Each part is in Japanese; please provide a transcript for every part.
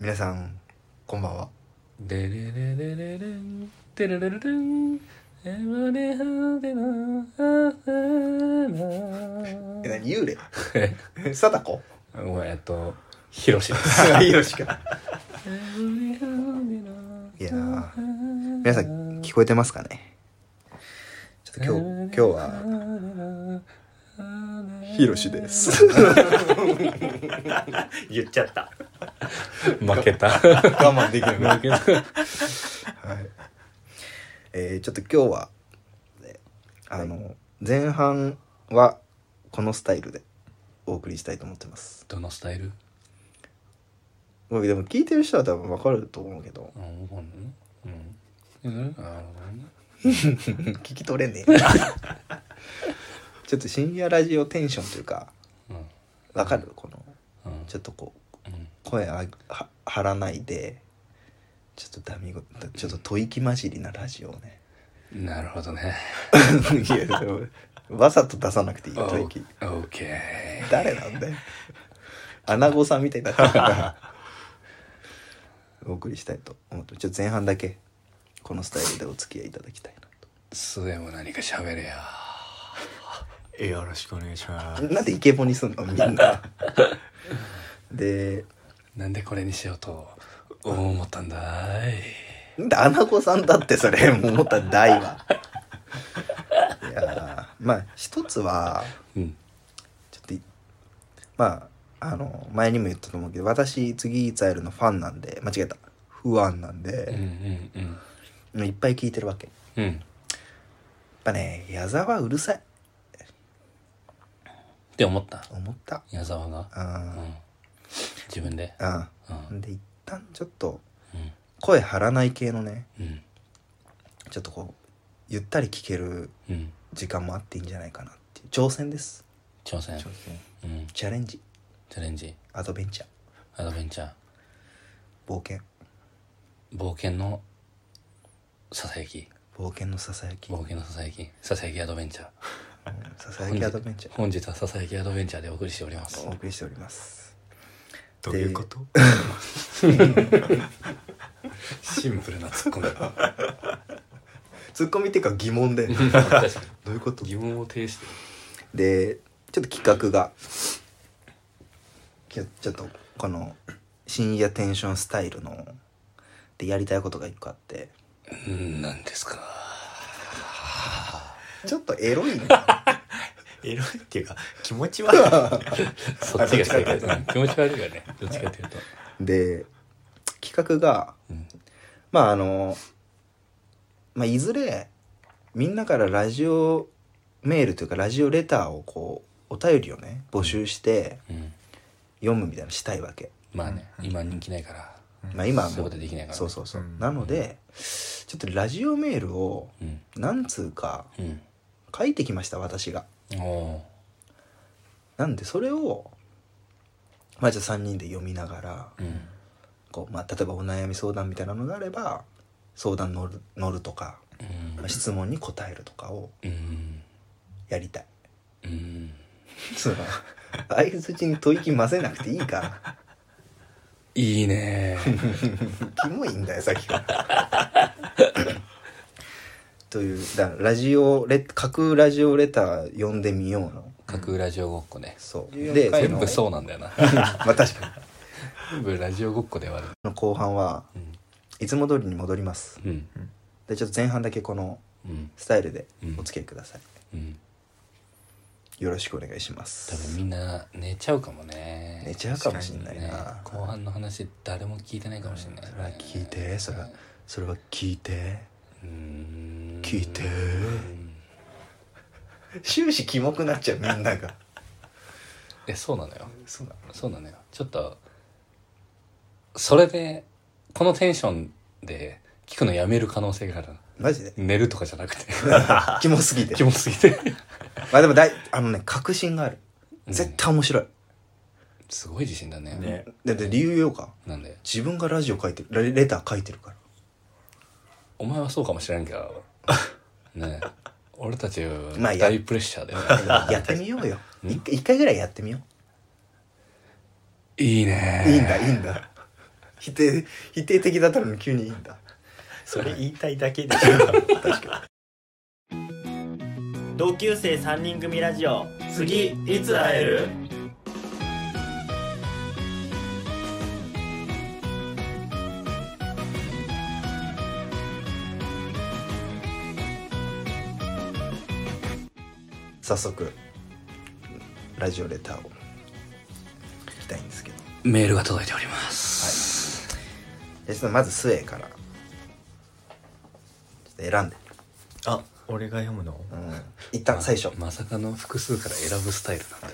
皆さんこんばんはでれれれれれんてれれれれんえまれはでなあえは何幽霊 え貞 子なごめんえっとひろしですいいのしかいいややー皆皆ささんん聞こえてますかねちょっと今今日日今日今日ははひろしです言っちゃった負け た 我慢できる負けたはい。 えーちょっと今日は、ねあの、前半はこのスタイルでお送りしたいと思ってます。どのスタイル、まあでも聞いてる人は多分わかると思うけどあわかんないうんえなるほどね聞き取れねえ。 ちょっと深夜ラジオテンションというか、うわかるこの、んうんちょっとこう、うん声あは張らないで、ちょっとダミご、ちょっと吐息混じりなラジオをね。なるほどね。 いや、でもわざと出さなくていいよ、オ吐息。ーケ誰なんだよ穴子さんみたいになってるから お送りしたいと思ってちょっと前半だけこのスタイルでお付き合いいただきたいー。末も何か喋れや。えよろしくお願いしまなとなんでイケボにすんのみん なでなんでこれにしようと思ったんだい。なんで穴子さんだってそれ桃田大 はいやーまあ一つはうん。ちょっといまああの前にも言ったと思うけど私次いつ会えるのファンなんで間違えた不安なんうんで、うんいっぱい聞いてるわけうん。うん。やっぱね矢沢うるさいって思った。思った矢沢が。うあん。自分で。あうで一旦ちょっとうん。声張らない系のねうん。ちょっとこうゆったり聞けるうん。時間もあっていいんじゃないかなっていう挑戦です挑戦。戦うん。チャレンジチャレンジ。アドベンチャーアドベンチャ冒険ー。冒険のささやき。冒険のささやき冒険のささやき。ささやきアドベンチャー。ささやきアドベンチャー本日はささやきアドベンチャーでお送りしておりますお。送りしておりますどういうことシンプルなツッコミ。ツッコミっていうか疑 問でど確かにういうこと疑問を呈して。でちょっと企画がきょちょっとこの深夜テンションスタイルのでやりたいことが一個あってうん、なんですか。ちょっとエロいねエロいっていうか気持ちはそっちが正解だね。気持ち悪いよね。どっちかというと。で企画がうん。まああの、まあ、いずれみんなからラジオメールというかラジオレターをこうお便りをね募集してうん。読むみたいなのしたいわけ、まあね、今人気ないから。まあ、今はそういうもこうとできないからね。そうそうそう、うんなのでちょっとラジオメールをうん。何通かうん。書いてきました私がおおなんでそれをまあじゃあ3人で読みながらー。うん。こう、まあ、例えばお悩み相談みたいなのがあれば相談乗る乗るとか、まあ、質問に答えるとかをうん。うん。やりたいうん。その相づちに吐息混ぜなくていいかいいね。らキモいんだよさっきから。というだからラジオレ架空ラジオレター読んでみようの架空ラジオごっこね。そう14回そ全の部 そうなんだよな。まあ確かに 全部ラジオごっこではある。の後半はうん。いつも通りに戻りますうん。でちょっと前半だけこのうん。スタイルでお付き合いください、うん。よろしくお願いしま多分すみんな寝ちゃうかもね。寝ちゃうかもしんないねな、後半の話誰も聞いてないかもしれない、ねそれは聞いてそれはそれは聞いてうーん聞いてうん終始キモくなっちゃうみんな がえそうなのよそうなのそうなのよちょっとそれでこのテンションで聞くのやめる可能性があるなマ ジで寝るとかじゃなくてキモすぎてキモす ぎてまあでもだいあのね確信があるうん絶対面白い、すごい自信だねねだって理由言おうかなんで自分がラジオ書いてるレレター書いてる からお前はそうかもしれんけどね俺たちはまあや大プレッシャーだよ、ね、やってみようよ一回一回ぐらいやってみよいい ういいんねだいいんだ否定否定的だったのに急にいいんだそれ言いたいだけで しょ確か同級生3人組ラジオ次いつ会える早速ラジオレターを聞きたいんですけどメールが届いております。じゃあちょっとまずスエからちょっと選んで、あ俺が読むのうん、一旦最初まさかの複数から選ぶスタイルなん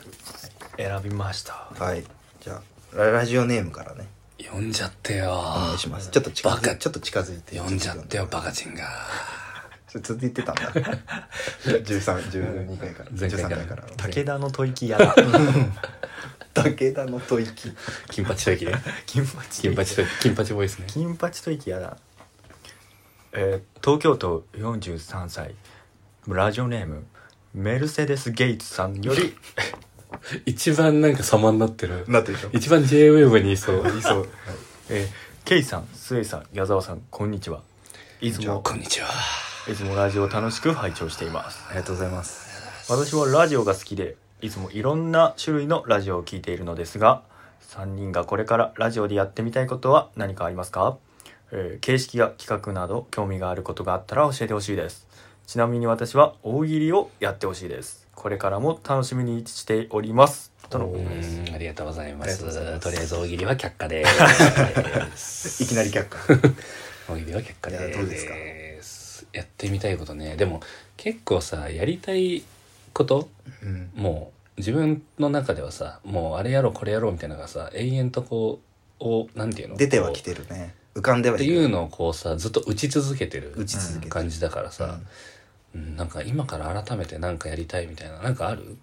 て選びましたはいじゃあララジオネームからね読んじゃってよ。お願いしますちょっと近バづカいちょっと近づいて読んじゃってよ、バカカチンが。それ続いてたんだ1312回から前回から13回から武田の吐息や だ武田の吐息金八と駅ね。金八 金八と駅、金八ボイスね。金八と息やだえー東京都43歳ラジオネームメルセデス・ゲイツさんよ り一番なんか様になってる。なってるでしょ一番 JWave にいそう。いそう、はいえーケイさん、スエさん、矢沢さん、こんにちは。いつも、 こんにちは。いつもラジオ楽しく拝聴しています。ありがとうございます私はラジオが好きで、いつもいろんな種類のラジオを聞いているのですが、3人がこれからラジオでやってみたいことは何かありますか、えー形式や企画など興味があることがあったら教えてほしいです。ちなみに私は大喜利をやってほしいです。これからも楽しみにしております。とのうことです。ーんありがとうございま。ありがとうございますすとりあえず大喜利は却下です。 いきなり却 下大喜利は結果いでやすどうですかやってみたいことねでも結構さやりたいことうんもう自分の中ではさもうあれやろうこれやろうみたいなのがさ永遠とこうをなんていうの出てはきるてるね浮かんではってるいうのをこうさずっと打ち続けてる打ち続けてる感じだからさ、うんなんか今から改めてなんかやりたいみたいななんかある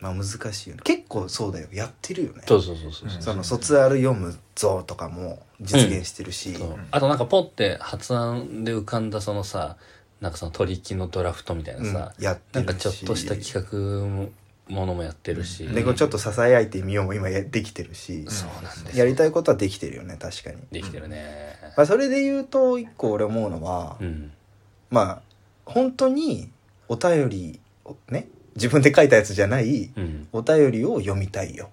まあ難しいよね結構そうだよやってるよねそうそうそうそうその卒アル読むぞとかも実現してるし、そうあとなんかポッて発案で浮かんだそのさなんかその取り木のドラフトみたいなさ、うんやってるしなんかちょっとした企画もものもやってるし、でこうちょっとささやいてみようも今やできてるし、そうなんですやりたいことはできてるよね確かに、できてるねまあ、それで言うと一個俺思うのは、うんまあ本当にお便りをね自分で書いたやつじゃないうんお便りを読みたいよ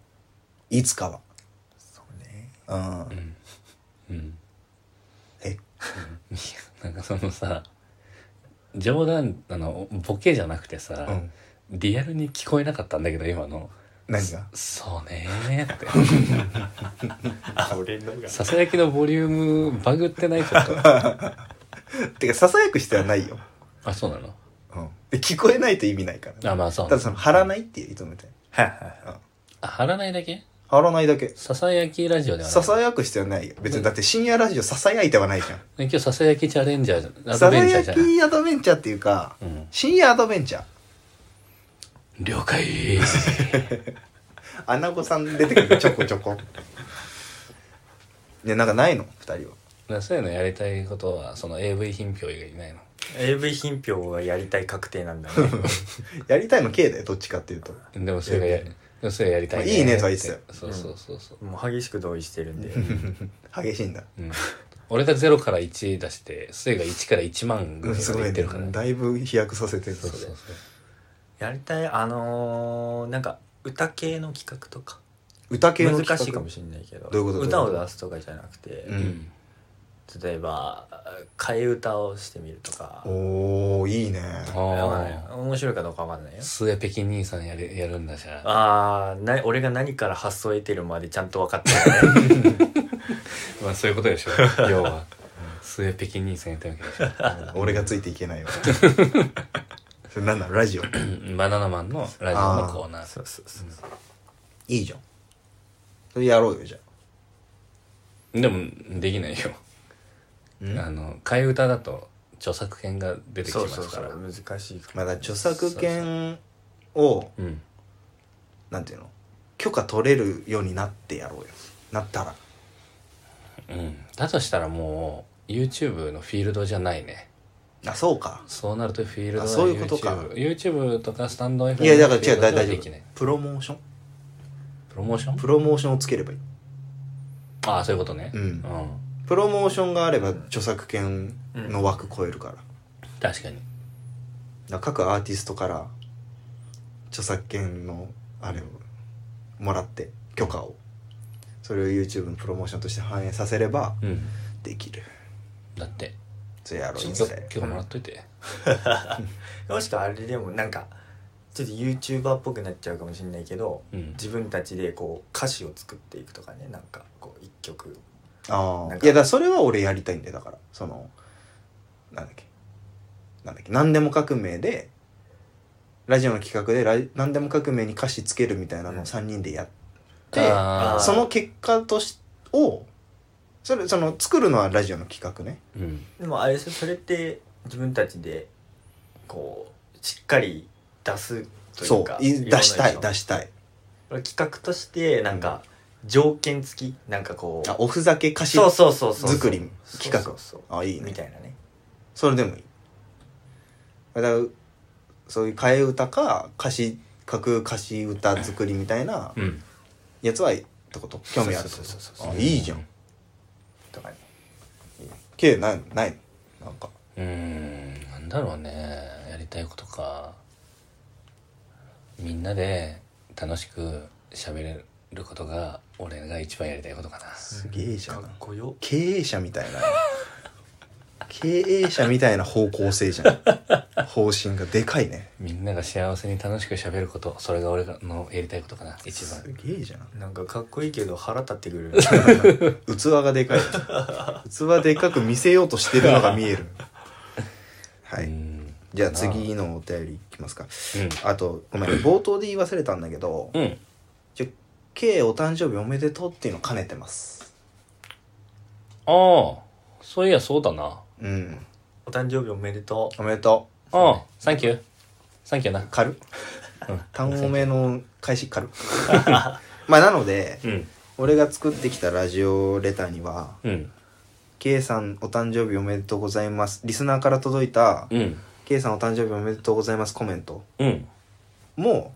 いつかはそうね。うん、うんうんえいやなんかそのさ冗談あのボケじゃなくてさ、うんリアルに聞こえなかったんだけど今の何が「そうねー」ってあ、俺のが。ささやきのボリュームバグってないちょ っと てかささやく必要はないよ、あそうなのうん、で聞こえないと意味ないから、ね、あまあそうただその張らないっていつもみたいはいはいな、うん、あ貼らないだけ張らないだけささやきラジオではないささやく必要ないよ別にだって深夜ラジオささやいてはないじゃね今日ささやきチャレンジャーじゃんアさドさベンチャーやじゃんきアドベンチャーっていうか、うん深夜アドベンチャー了解アナゴさん出てくるちょこちょ こねなんかないの2人はなそういうのやりたいことはその AV 品評以外いないの AV 品評がやりたい確定なんだ ね。やりたいの K だよどっちかっていうとでもそれがやでもそれやりたいいいねとは言ってたよそうそうそうそう、もう激しく同意してるんで。 激しいんだうん、俺が0から1出して末が1から1万ぐらいすまでごいいっねてるから、だいぶ飛躍させてるそうそうそうやりたいあのーなんか歌系の企画とか歌系の難しいかもしれないけどどういうこと歌どういうこをと出すとかじゃなくて、うん例えば替え歌をしてみるとかおおいいねあまあ面白いかどうかわかんないよあ末北京兄さんやるやるんだじゃああーな俺が何から発想を得てるまでちゃんと分かってないね まあそういうことでしょ 要は末北京兄さんやったわけでしょ俺がついていけないわそれなんだラジオうんバナナマンのラジオのコーナーそうそうそうそういいじゃんそれやろうよじゃでもできないよああの替え歌だと著作権が出てきそまうそうすそからうう難しいかまだ著作権をんなんていうの許可取れるようになってやろうよなったらうんだとしたらもう YouTube のフィールドじゃないねあそうかそうなるとフィールドはあそういうことか YouTube, YouTube とかスタンド FM いやだから違うだのフィールドでは大丈で夫きないプロモーションプロモーションプロモーションをつければいいああそういうことねうんうん、プロモーションがあれば著作権の枠超えるから,、確かにだから各アーティストから著作権のあれをもらって許可をそれを YouTube のプロモーションとして反映させればうんできるだってそれやろうちょにっとし今て日もらっといて、もしくはあれでもなんかちょっと YouTuber っぽくなっちゃうかもしれないけどうん、自分たちでこう歌詞を作っていくとかねなんかこう一曲ああなんいかやだからそれは俺やりたいんだよだからそのなんだっけなんだっけ何でも革命でラジオの企画でラジ何でも革命に歌詞つけるみたいなのうをん3人でやって、あーその結果としをそれその作るのはラジオの企画ねうんでもあれですよそれって自分たちでこうしっかり出すといそううかい出したいろんな出したいこれ企画としてなんか条件付きなんかこうあおふざけ歌詞そうそうそうそう作り企画そうそうそうあいいねみたいなねそれでもいいだからそういう替え歌か歌詞書く歌詞歌作りみたいなうんやつはいいってこと興味あるってそうそうそこうそとうあいいじゃんとかねけないないのなんかうーんなんだろうねやりたいことかみんなで楽しく喋れることが俺が一番やりたいことかなすげえじゃかんっこよ経営者みたいな経営者みたいな方向性じゃん方針がでかいねみんなが幸せに楽しく喋ることそれが俺のやりたいことかな一番すげえじゃんなんかかっこいいけど腹立ってく る器がでかい器でかく見せようとしてるのが見えるはういんじゃあ次のお便りいきますかうんあとごめん冒頭で言い忘れたんだけどうんじゃあ K お誕生日おめでとうっていうの兼ねてますああそういやそうだなうんお誕生日おめでとおめでとうああサンキューサンキューな軽っうん単語目の開始 軽っまあなのでうん俺が作ってきたラジオレターにはうん「K さんお誕生日おめでとうございます」リスナーから届いたうん「K さんお誕生日おめでとうございます」コメントうんも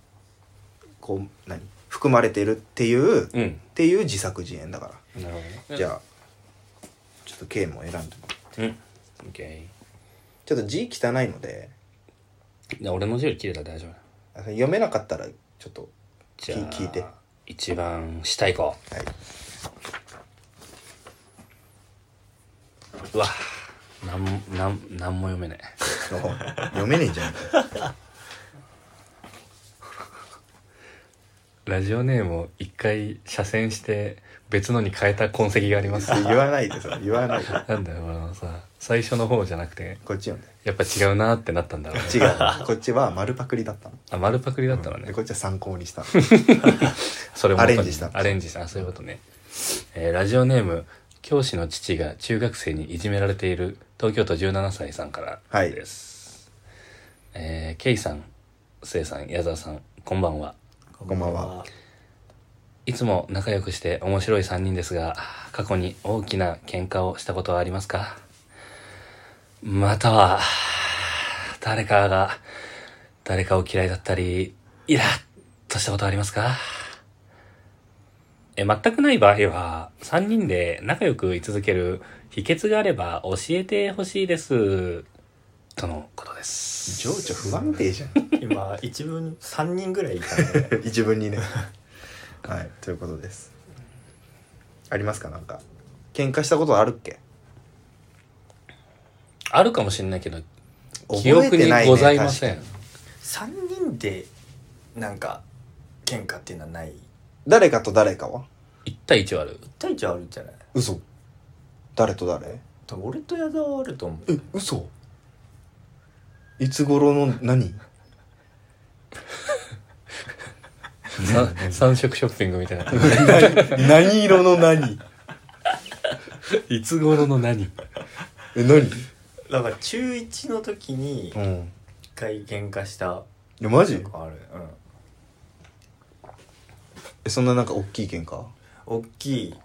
こう何含まれてるっていうっうんていう自作自演だかなるほどねらじゃあちょっと K も選んでもらってうん OK ちょっと字汚いのでじゃあ俺の字より綺麗だ大丈夫読めなかったらちょっとじゃあ聞いて一番下行こはいううわなんなんなんも読めない読めねえじゃんラジオネームを一回斜線して別のに変えた痕跡があり ます言わないでさ言わないでなんだよ俺のさ最初の方じゃなくてこっち読んでやっぱ違うなってなったんだろうね違 うこっちは丸パクリだったのあ丸パクリだったのね、でこっちは参考にしたのそれもアレンジしたアレンジしたあそういうことね、えーラジオネーム教師の父が中学生にいじめられている東京都17歳さんからです、えーケイさんせいさん矢沢さんこんばんはうこんばんはいつも仲良くして面白い3人ですが過去に大きな喧嘩をしたことはありますかまたは誰かが誰かを嫌いだったりイラッとしたことはありますかえ全くない場合は3人で仲良く居続ける秘訣があれば教えてほしいですとのことです情緒不安定じゃん今一文3人ぐらいいたね一文にねはいということですありますかなんか喧嘩したことあるっけあるかもしれないけど覚記え憶てにないねございません、確かに3人でなんか喧嘩っていうのはない誰かと誰かは1対1はある一対一はあるんじゃない嘘誰と誰多分俺と矢沢はあると思うえ嘘いつ頃の何 さ三色ショッピングみたいな何何色の 何いつ頃の何 え何だから中1の時に一うん回喧嘩したいやマとジかあるうんえそんななんか大きい喧嘩大きい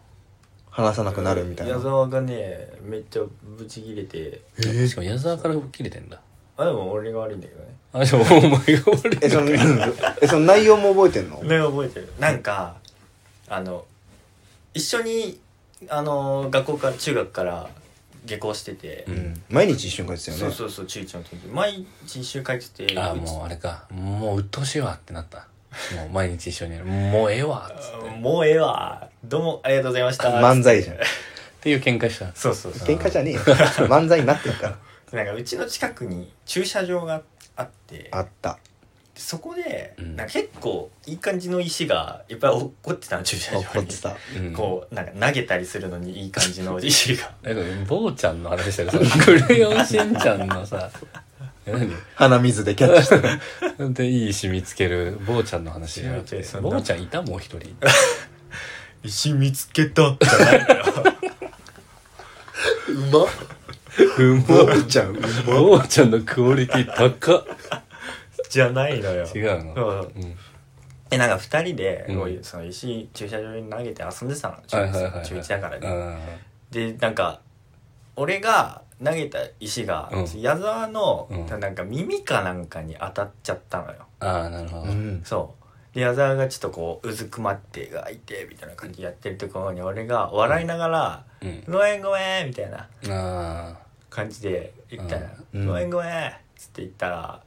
話さなくなるみたいな矢沢がねめっちゃブチギレてしかも矢沢から切れてんだあでも俺が悪いんだけどねあじゃあお前が悪いえそのえその内容も覚えてんのね覚えてるなんかあの一緒にあのー学校から中学から下校してて、うん毎日一瞬書いてたよねそうそうそう中一の時毎日一週書いててああもうあれかもう鬱陶しいわってなったもう毎日一緒にやるもうええわっつってっうもうええわどうもありがとうございました漫才じゃんていう喧嘩したそうそうそう喧嘩じゃねえ よ漫才になってるからなんかうちの近くに駐車場があってあったそこで、うんなんか結構いい感じの石がいっぱい落っこってたの駐車怒場っにてたうんこうなんか投げたりするのにいい感じの 石がえ坊ちゃんの話してるさ「クレヨンしんちゃん」のさえ何鼻水でキャッチしてたなんでいい石見つける坊ちゃんの話じゃなく違う違てうそんな坊ちゃんいたもう一人石見つけたじゃないのようまっうボーちゃんうまっ坊ちゃんのクオリティ高っ じゃないのよ違うのそううんえなんか2人で、うんこういうその石駐車場に投げて遊んでたの中はいはいはいはい1だからね、あでなんか俺が投げた石が、うん矢沢の、うんなんか耳かなんかに当たっちゃったのよーあーなるほど、うんそうで矢沢がちょっとこううずくまってがいてみたいな感じでやってるところに俺が笑いながらう「ん、ごめんごめん」みたいなあ感じで言ったら「うんごめんごめん」っつって言ったら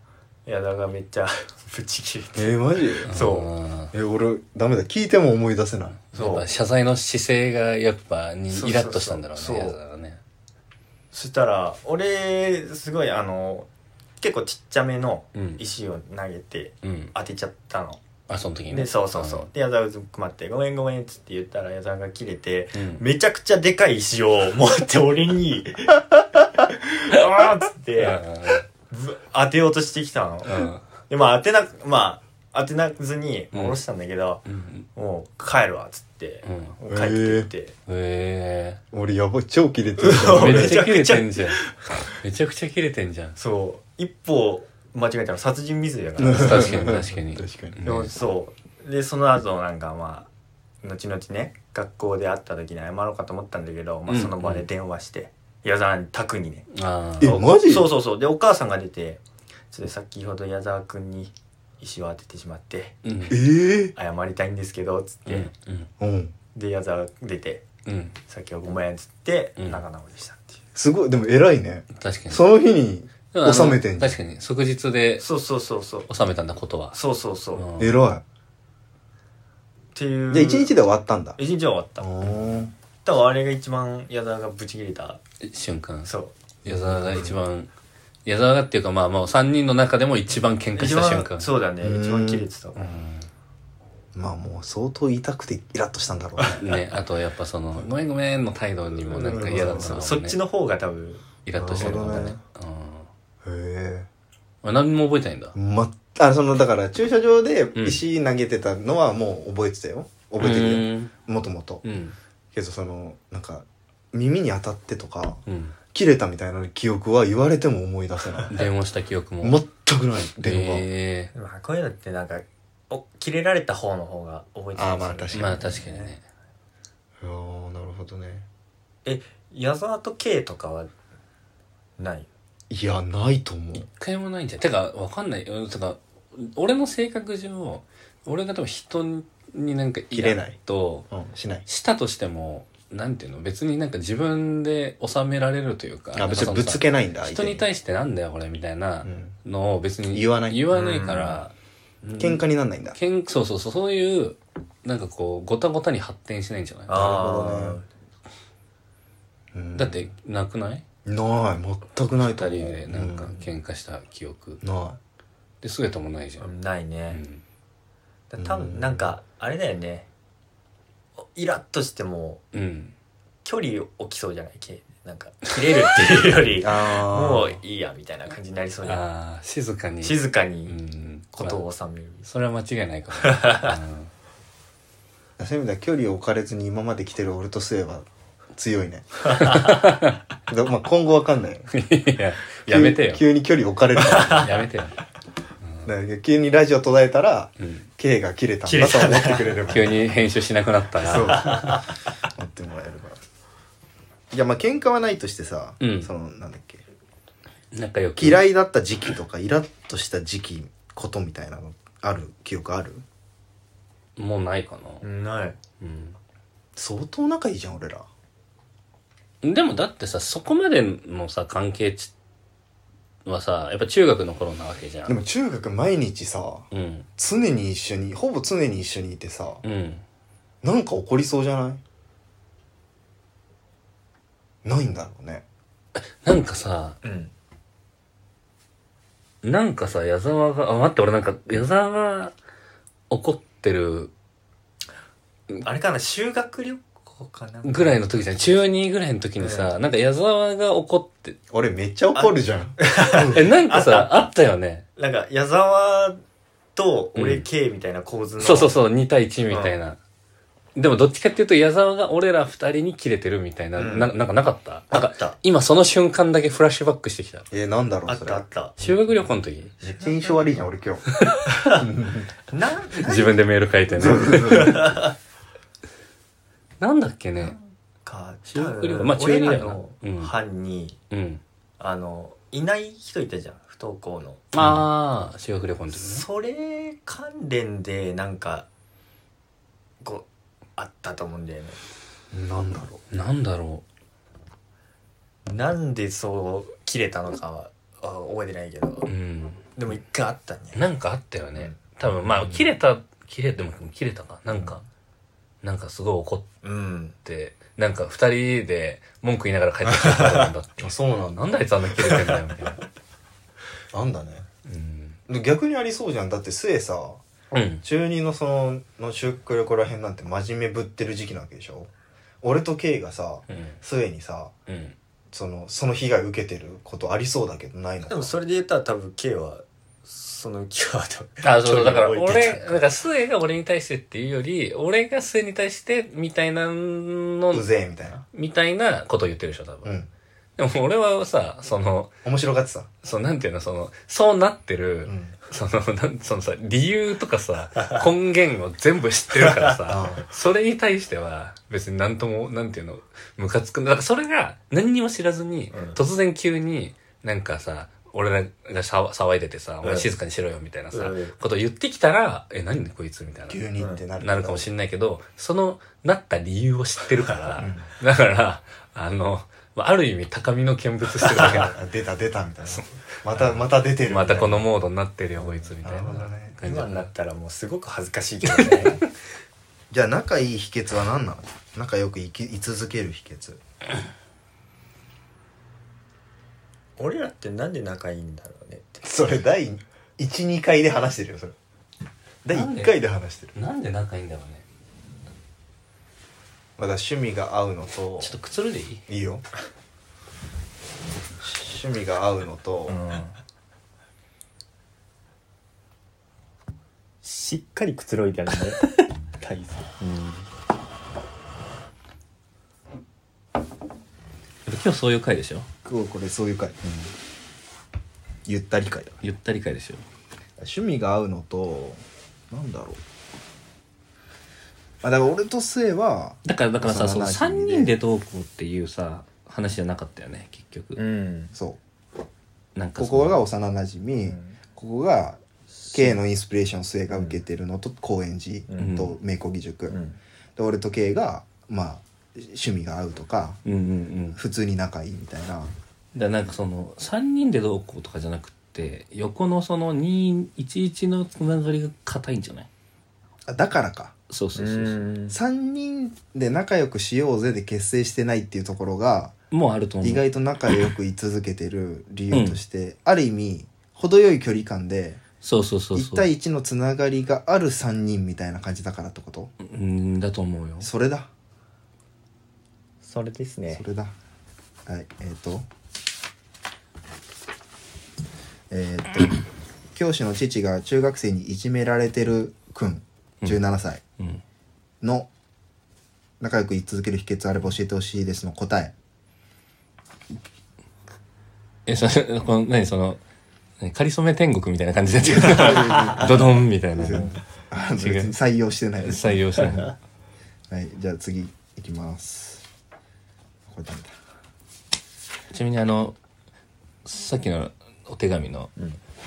矢沢がめっちゃ ぶち切れてえー、マジーそうあえ俺ダメだ聞いても思い出せないーやそっうぱ謝罪の姿勢がやっぱにそうそうそうイラッとしたんだろうねそうやつらはねそしたら俺すごいあの結構ちっちゃめのうん石を投げてうん当てちゃったの、あその時にでそうそうそうで矢沢うずくまって「ごめんごめん」っつって言ったら矢沢が切れてうんめちゃくちゃでかい石を持って 俺に「あーっつっうんてぶ当てようとしてきたのうんうんでまあ当てなくまあ当てなずにうん下ろしたんだけど、うんもう帰るわっつってう、んうん帰ってって、へ俺やばい超キレてるえ そうめっちゃ切れてんじゃんめちゃくちゃ切れてんじゃんそう一歩間違えたら殺人未遂だから、確 かに確かに確かにうんでもそうでその後なんかまあ後々ね学校で会った時に謝ろうかと思ったんだけど、まあ、うんその場で電話して、矢沢に宅にねあえあマジそうそうそうでお母さんが出てちょっと先ほど矢沢君に石を当ててしまってうんえー、謝りたいんですけどつって、うんうんうんで矢沢出てうん「さっきはごめん」っつってうん仲直りしたっていう、すごいでも偉いね確かにその日にでもあの収めてんじゃん確かに即日でそうそうそうそう収めたんだことはそうそうそうう、っん偉ていういじゃあ一日で終わったんだ一日は終わったお多分あれが一番矢沢がブチ切れた瞬間そう矢沢が一番矢沢がっていうかまあまあ3人の中でも一番喧嘩した瞬一番間そうだねうん一番切れてたまあもう相当痛くてイラッとしたんだろ うねねあとやっぱその「ごめんごめん」の態度にもなんか嫌だったそのうもそっちねの方が多分イラッとしてるのがなねるうんへあ何も覚えてないんだえまあそのだから駐車場で石投げてたのはもう覚えてたよ覚えてるよるもともとうんけどそのなんか耳に当たってとかうん切れたみたいな記憶は言われても思い出せない電話した記憶も全くない電話、えまあこういうのってなんかお切れられた方の方が覚えてたりするあーまあ確えまあ確かにねいやーなるほどねえ矢沢と K とかはないいやないと思う一回もないんじゃんてかわかんないうんてか俺の性格上俺が多分人になんか切れないとうんしないしたとしてもなんていうの別になんか自分で収められるというかあ別なにんぶかそのさつけないんだ人にして、対してなんだよこれみたいなうんのを別に言わない言わないから喧嘩になんないんだけんそうそうそうそういうなんかこうごたごたに発展しないんじゃないなるほどあねうんだってなくないない全くない二と人思うでなんかう喧嘩した記憶なで姿もないじゃあん、ないね、うんだ多分なんかあれだよねおイラッとしてもうん、距離置きそうじゃないけなんか切れるっていうよい りあーもういいやみたいな感じになりそうじゃんああ静かに静かうにんことを収める、それは間違いないか も、そういう意味では距離を置かれずに今まで来てる俺とすれば強 いねでまあ今後わかんないようん、いや やめてよ急急に距離置か れるからやめてよ、だから急にラジオ途絶えたらうん、 K が切れたんだと思ってくれれば急に編集しなくなった らそう思ってもらえればいやまあ喧嘩はないとしてさ、うんそのなんだっけ仲良く嫌いだった時期とかイラッとした時期ことみたいなのある記憶あるもうないかな、ないうん相当仲いいじゃん俺らでもだってさ、そこまでのさ、関係値はさ、やっぱ中学の頃なわけじゃでん。も中学毎日さうん。常に一緒にほぼ常に一緒にいてさうん。なんか起こりそうじゃないないんだろうねなんかさ、うんなんかさ、矢沢が、あ、待って、俺なんか、矢沢が怒ってるあれかな修学旅行かなぐらいの時じゃん。中2ぐらいの時にさ、なんか矢沢が怒って、俺めっちゃ怒るじゃ んえ、なんかあ っさ、あったよね。なんか矢沢とう俺ん K みたいな構図の、そうそうそう、2対1みたいな。でもどっちかっていうと矢沢が俺ら2人にキレてるみたいな、うんななんかなかったなんあかった今その瞬間だけフラッシュバックしてきた。えー、なんだろあうっそれたあった修学旅行の時めっちゃ印象悪いじゃん俺今 日な 自分でメール書いてね。なんだっけね。か修学旅行多分まあ中二だ俺らよなのうん班に、うん。あのいない人いたじゃん不登校のああ、修学旅行の時ね。それ関連でなんかこうあったと思うんだよね なんだろなんだろなんでそう切れたのかはあ覚えてないけどう。うん。でも一回あったんやなんかあったよね。多分、まあ、切れた、切れても切れたか。なんか、なんかすごい怒っうんて、なんか二人で文句言いながら帰ってきたからなんだ ってう。そうなんなんであいつあんな切れてんだよ、みたいな。なんだねうん。で逆にありそうじゃんだって末さうん。中二のそのの修学旅行らへんなんて真面目ぶってる時期なわけでしょ俺と K がさうん。末にさうん。そのその被害受けてることありそうだけどないのでもそれで言ったら多分 K はそのキーワードあ、そうそう、だから距離を置いて俺、ただから、末が俺に対してっていうより、俺が末に対して、みたいなのう、ぜえみたいなみたいなことを言ってるでしょ、多う分。んでも俺はさ、その、面白がってたそう、なんていうの、その、そうなってる、うんその、なん、そのさ、理由とかさ、根源を全部知ってるからさ、それに対しては、別になんとも、なんていうの、ムカつくんだ。だからそれが、何にも知らずに、うん突然急に、なんかさ、俺らが騒騒いでてさ、おう前ん静かにしろよ、みたいなさ、うんことを言ってきたら、え、何でこいつみたいな。急にってなるなるかもししんないけど、その、なった理由を知ってるから、だから、あの、まあある意味高みの見物してるだけ だ。出た出たみたいなまたまた出てるみいまなたこのモードになってるよ、こいつみたいななるほどね感じだ今っにたなったらもうすごく恥ずかしいけどねじゃあ仲いい秘訣は何なの仲良く生き居続ける秘訣俺らってなんで仲いいんだろうねってそれ第12回で話してるよそれ第1回で話してるなんで仲いいんだろうね。まだ趣味が合うのとちょっとくつるでいいいいよ趣味が合うのと、しっかりくつろいでるね大勢今日そういう回でしょ今日これそういう回、ゆったり会だゆったり回でしょ趣味が合うのとなんだろうあだから俺と末はだから、だからさ、幼その馴染3で人でどうこうっていうさ、話じゃなかったよね、結局。うんそうなんかこそのこが幼なじみ、ここが K のインスピレーション末が受けてるのと高円寺と名古義塾、うんで俺と K がまあ趣味が合うとかうんうんうん。だか普通に仲いいみたいならなんかその、3人でどうこうとかじゃなくって、横のその2、11のつながりが硬いんじゃないあだからかそうそううそうそう。ん3人で仲良くしようぜで結成してないっていうところがもうあると思う。意外と仲良く居続けてる理由として、ある意味程よい距離感でそうそうそうそう。 1対1のつながりがある3人みたいな感じだからってことうん、だと思うよ。それだそれですねそれだはいえっ、とえっ、 と教師の父が中学生にいじめられてるくん17歳うん。の仲良く居続ける秘訣あれば教えてほしいですの答ええ、それ、この、何その、何かりそめ天国みたいな感じでやってる ドドンみたいな。あの別違うに採用してないです、採用しない。はい、じゃあ次いきますこれダメだちなみにあの、さっきのお手紙の、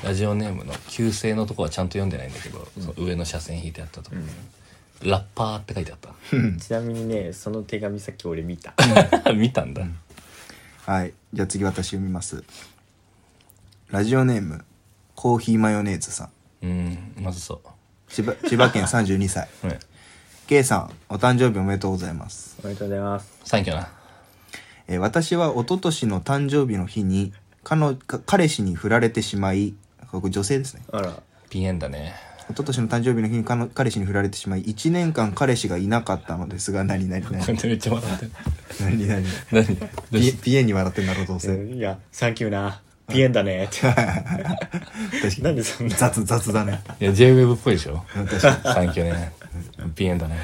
ラジオネームの旧姓のとこはちゃんと読んでないんだけど、その上の斜線引いてあったところ、ラッパーって書いてあっちなみにねその手紙さっき俺見たた 見たんだ、はいじゃあ次私読みますラジオネームコーヒーマヨネーズさんうんまずそ千葉 千葉県32歳う、うん、 K さんお誕生日おめでとうございます、おめでとうございますサンキューなえー私は一昨年の誕生日の日に彼か彼氏に振られてしまいこれ女性ですねあらピエンだね一昨年の誕生日の日に彼彼氏に振られてしまい1年間彼氏がいなかったのですが何々何これめっちゃ笑ってる何々何どうピエしピエに笑ってんだろうどうせいやサンキューなピエンだねって確かなんにでそんな雑雑だねいや JWEB っぽいでしょ確かにサンキューねピエンだね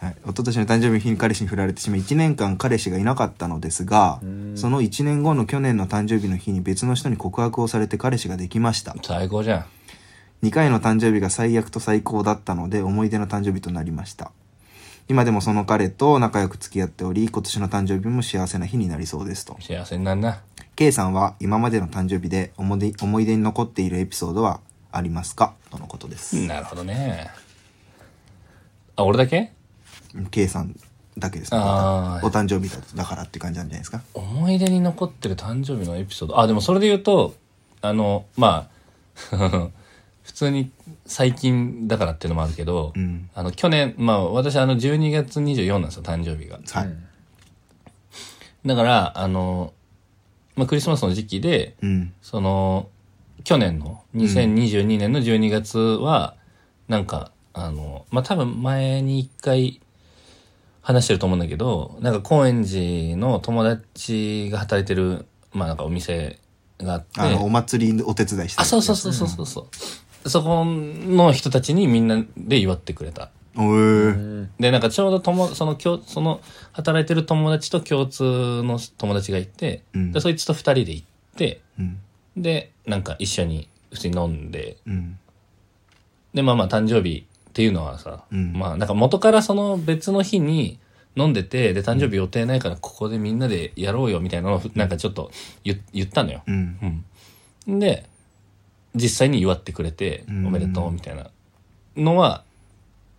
はい、一昨年の誕生日の日に彼氏に振られてしまい1年間彼氏がいなかったのですがその1年後の去年の誕生日の日に別の人に告白をされて彼氏ができました最高じゃん2回の誕生日が最悪と最高だったので思い出の誕生日となりました今でもその彼と仲良く付き合っており今年の誕生日も幸せな日になりそうですと幸せになんな K さんは今までの誕生日で思い出思い出に残っているエピソードはありますかとのことです、なるほどねあ俺だけ K さんだけですねあーお誕生日だとだからって感じなんじゃないですか思い出に残ってる誕生日のエピソードあでもそれで言うとあのまあ 普通に最近だからっていうのもあるけど、うんあの去年まあ私あの12月24なんですよ誕生日がはい、だからあの、まあ、クリスマスの時期でうんその去年の2022年の12月は、なんかあのまあ多分前に一回話してると思うんだけどなんか高円寺の友達が働いてるまあなんかお店があってあの、お祭りお手伝いしてあそうそうう。そうそうそうそう、そこの人たちにみんなで祝ってくれたおえでなんかちょうどともその共その働いてる友達と共通の友達がいて、うんでそいつと二人で行ってうん。でなんか一緒に普通に飲んでうん。でまあまあ誕生日っていうのはさ、うんまあなんか元からその別の日に飲んでてで誕生日予定ないからここでみんなでやろうよみたいなのをふなんかちょっと言言ったのよ。うん。うん、で実際に祝ってくれてうんおめでとうみたいなのは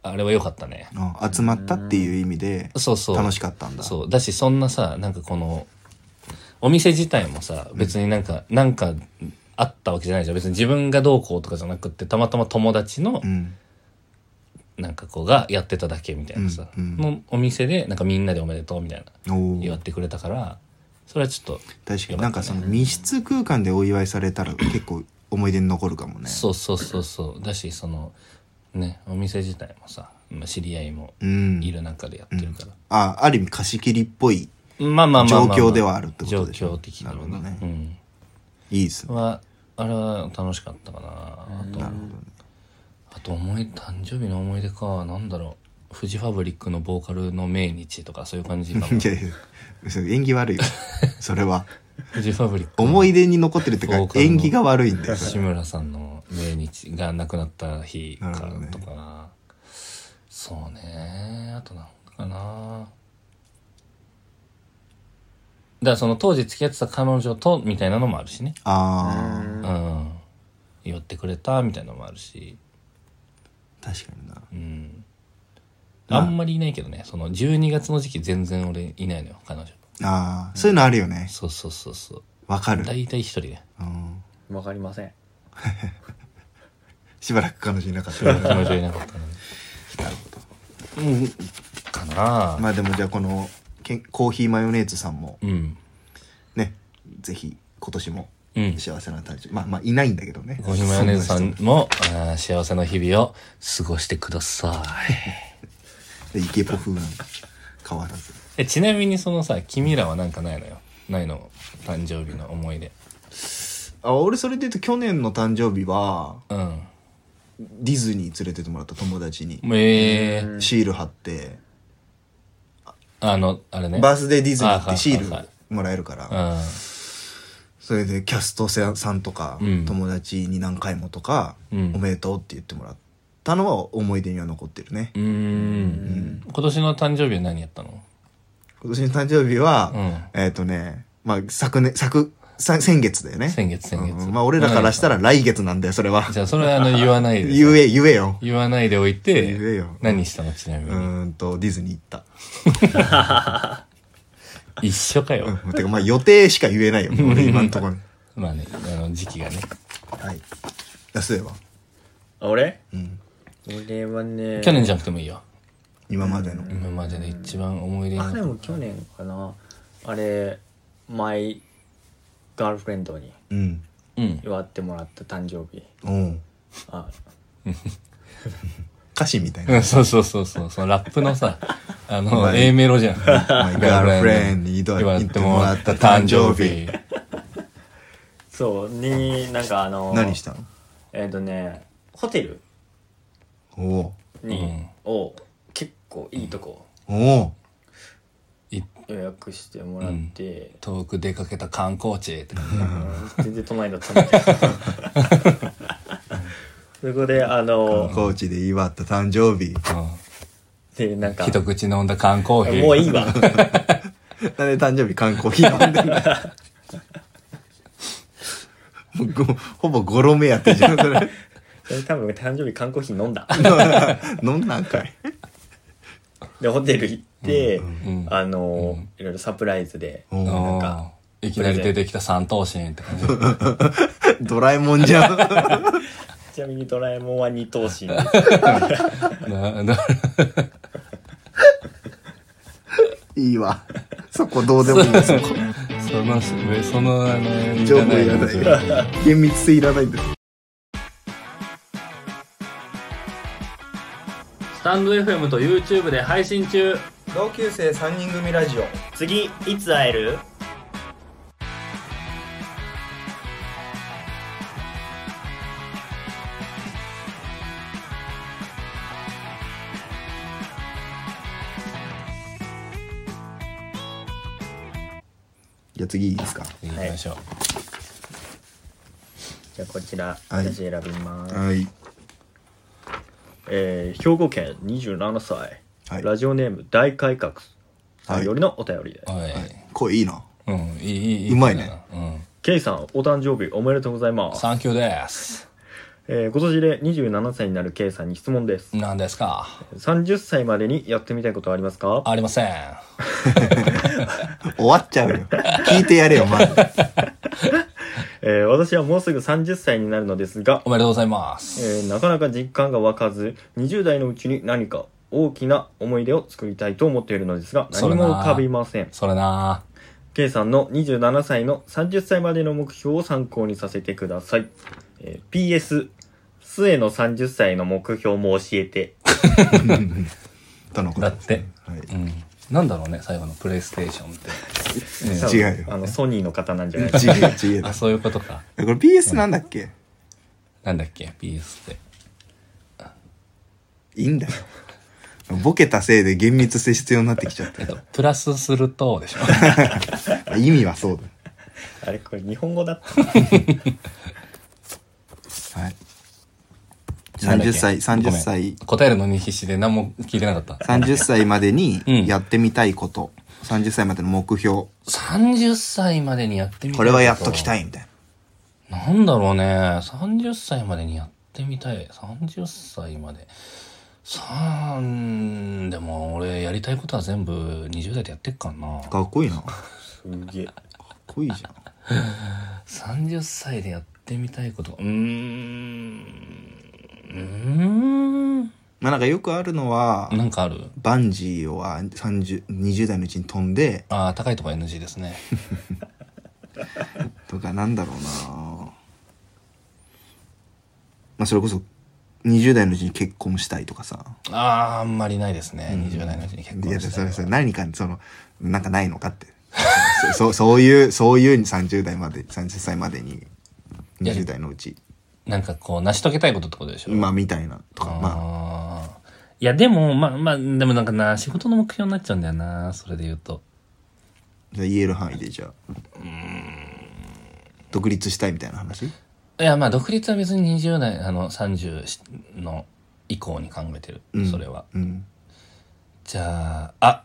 あれは良かったね。あ集まったっていう意味で、そうそう楽しかったんだ。そうだしそんなさなんかこのお店自体もさ別になんか、なんかあったわけじゃないじゃん別に自分がどうこうとかじゃなくってたまたま友達のうん。なんか子がやってただけみたいなさ、うんうんのお店でなんかみんなでおめでとうみたいなお祝っーてくれたからそれはちょっと、確かになよかったねんかその密室空間でお祝いされたら結構思い出に残るかもね。そうそうそうそうだしそのねお店自体もさまあ知り合いもうん。いる中でやってるから、あ、ある意味貸し切りっぽい。まあまあまあまあまあ状況ではあるってことでしょ状況的にはなるほどうんいいですね。はあれは楽しかったかなあとなるほどね。あと思い誕生日の思い出かなんだろうフジファブリックのボーカルの命日とかそういう感 じかもいやいや、嘘縁起悪いよ。それは。フジファブリックの思い出に残ってるって そうかか、縁起が悪いんだよ。志村さんの命日が亡くなった日かなるほどねとかなそうねあとなんかなだからその当時付き合ってた彼女とみたいなのもあるしねああ、うん寄ってくれたみたいなのもあるし確かにな。うんあんまりいないけどねその12月の時期全然俺いないのよ彼女ああ、そういうのあるよね。そうそうそうそうわかる。大体一人でうんわかりませんしばらく彼女いなかった。 彼女いなかったのにうんかな、まあでもじゃあこのけんコーヒーマヨネーズさんもうんねぜひ今年もうん幸せな誕生日、まあまあいないんだけどねゴヒマヨネーズさそんなもあー幸せの日々を過ごしてくださ人でイケポ風なの変わらずいえちなみにそのさ君らはなんかないのよないの誕生日の思い出あ俺それで言うと去年の誕生日はうんディズニー連れてってもらった友達にえー、シール貼ってあのあれねバースデーディズニーっあてシーはいはいルもらえるかうらんそれでキャストさんとかうん友達に何回もとか「おうんめでとう」って言ってもらったのは思い出には残ってるねうーん今年の誕生日は何やったの今年の誕生日は、うんえっ、とね、まあ、昨年、昨、さ先月だよね。先月先月、うんまあ俺らからしたら来月なんだよ、それは。じゃあそれはあの言わないで言え、言えよ。言わないでおいて言えよ何したのちなみうに、ーんと、ディズニー行った。一緒かよ、うん、てかまあ予定しか言えないよ、俺今んところ。まあねあの時期がねはい。安いわ。あ俺うん。俺はね去年じゃなくてもいいよ今までの。今までで一番思い出にあで残っも去年かなあれマイガールフレンドにうん。うん祝ってもらった誕生日おうん。あ歌詞みたいな。うん、そうそうそうそう、そのラップの さ、まああの、A メロじゃん。マイガールフレンドに言わ祝れっててももららっったた誕誕生生日日。そうになんかあの何したのえっ、とねホテルおおに、を結構いいとこうおお予約してもらって、遠く出かけた観光地って感じ全然都内だったんだ けどそこであのコーチで祝った誕生日。うでなん かん。一口飲んだ缶コーヒー。もういいわなんで誕生日缶コーヒー飲んでんだもうごほぼ語呂目やってんじゃん、それ。それ多分誕生日缶コーヒー飲んだ飲んだんかい。でホテル行って、うんあの、いろいろサプライズで、おうおんんかいきなり出てきた三頭身って感じ。ドラえもんじゃん。ちなみにドラえもんは二 頭 身なないいわ。そこどうでもいいです。 そこその、その、あの、情報いらないらない。厳密性いらないんです。スタンド FM と YouTube で配信中同級生3人組ラジオ次いつ会えるじゃあ次いいですか。行きましょう。じゃあこちら、はい私選びます、はい。えー兵庫県27歳、はいラジオネーム大改革さはいんよりのお便りです、おい。声いいな。うん、いい、いい。うまいねうん。ケイさんお誕生日おめでとうございます、サンキューです。えー今年で27歳になるケイさんに質問です、何ですか30歳までにやってみたいことはありますかありません。終わっちゃうよ。聞いてやれよ、まだ。えー私はもうすぐ30歳になるのですがお、めでとうございます。えーなかなか実感が湧かず20代のうちに何か大きな思い出を作りたいと思っているのですがそ何れなも浮かびませんそれな K さんの27歳の30歳までの目標を参考にさせてください、えー PS 末の30歳の目標も教えてとのことだでっすてね。。はいうん。なんだろうね、最後のプレイステーションって。多分違うよあのソニーの方なんじゃないちげえ、ちげえだあ、。そういうことか。えこれ PS なんだっけなんだっけ ?PS って。いいんだよ。ボケたせいで厳密性必要になってきちゃっえたっと、プラスすると、 でしょ。あ。意味はそうあれこれ日本語だっただ。はい。なんだっ30け歳、30歳ごめん、答えるのに必死で何も聞いてなかった。 30歳までにうんやってみたいこと、30歳までの目標、 30歳までにやってみたいと。これはやっときたいみたいなんだろうね。30歳までにやってみたい。30歳まで。さん、でも俺やりたいことは全部20代でやってっからなな。。かっこいいな。かすげえっこいいじゃん。 30歳でやってみたいこと。うーん。うーん。まあなんかよくあるのは、なんかあるバンジーは30、20代のうちに飛んで、ああ、高いとこ NG で すね。とかなんだろうなまあそれこそ20代のうちに結婚したいとかさああ、あんまりないですね。20代のうちに結いや婚したそいのれはそれ何かそのなんかないのかって そそそういうそういう30代まで30歳までに20代のうちなんかこう、成し遂げたいことってことでしょまあみたいなとかまああーいや、でも、まあまあ、でもなんかな、仕事の目標になっちゃうんだよな、それで言うと。じゃあ言える範囲でじゃあ独立したいみたいな話いや、まあ、独立は別に20代、あの、30の以降に考えてる、んそれは。うんじゃあ、あ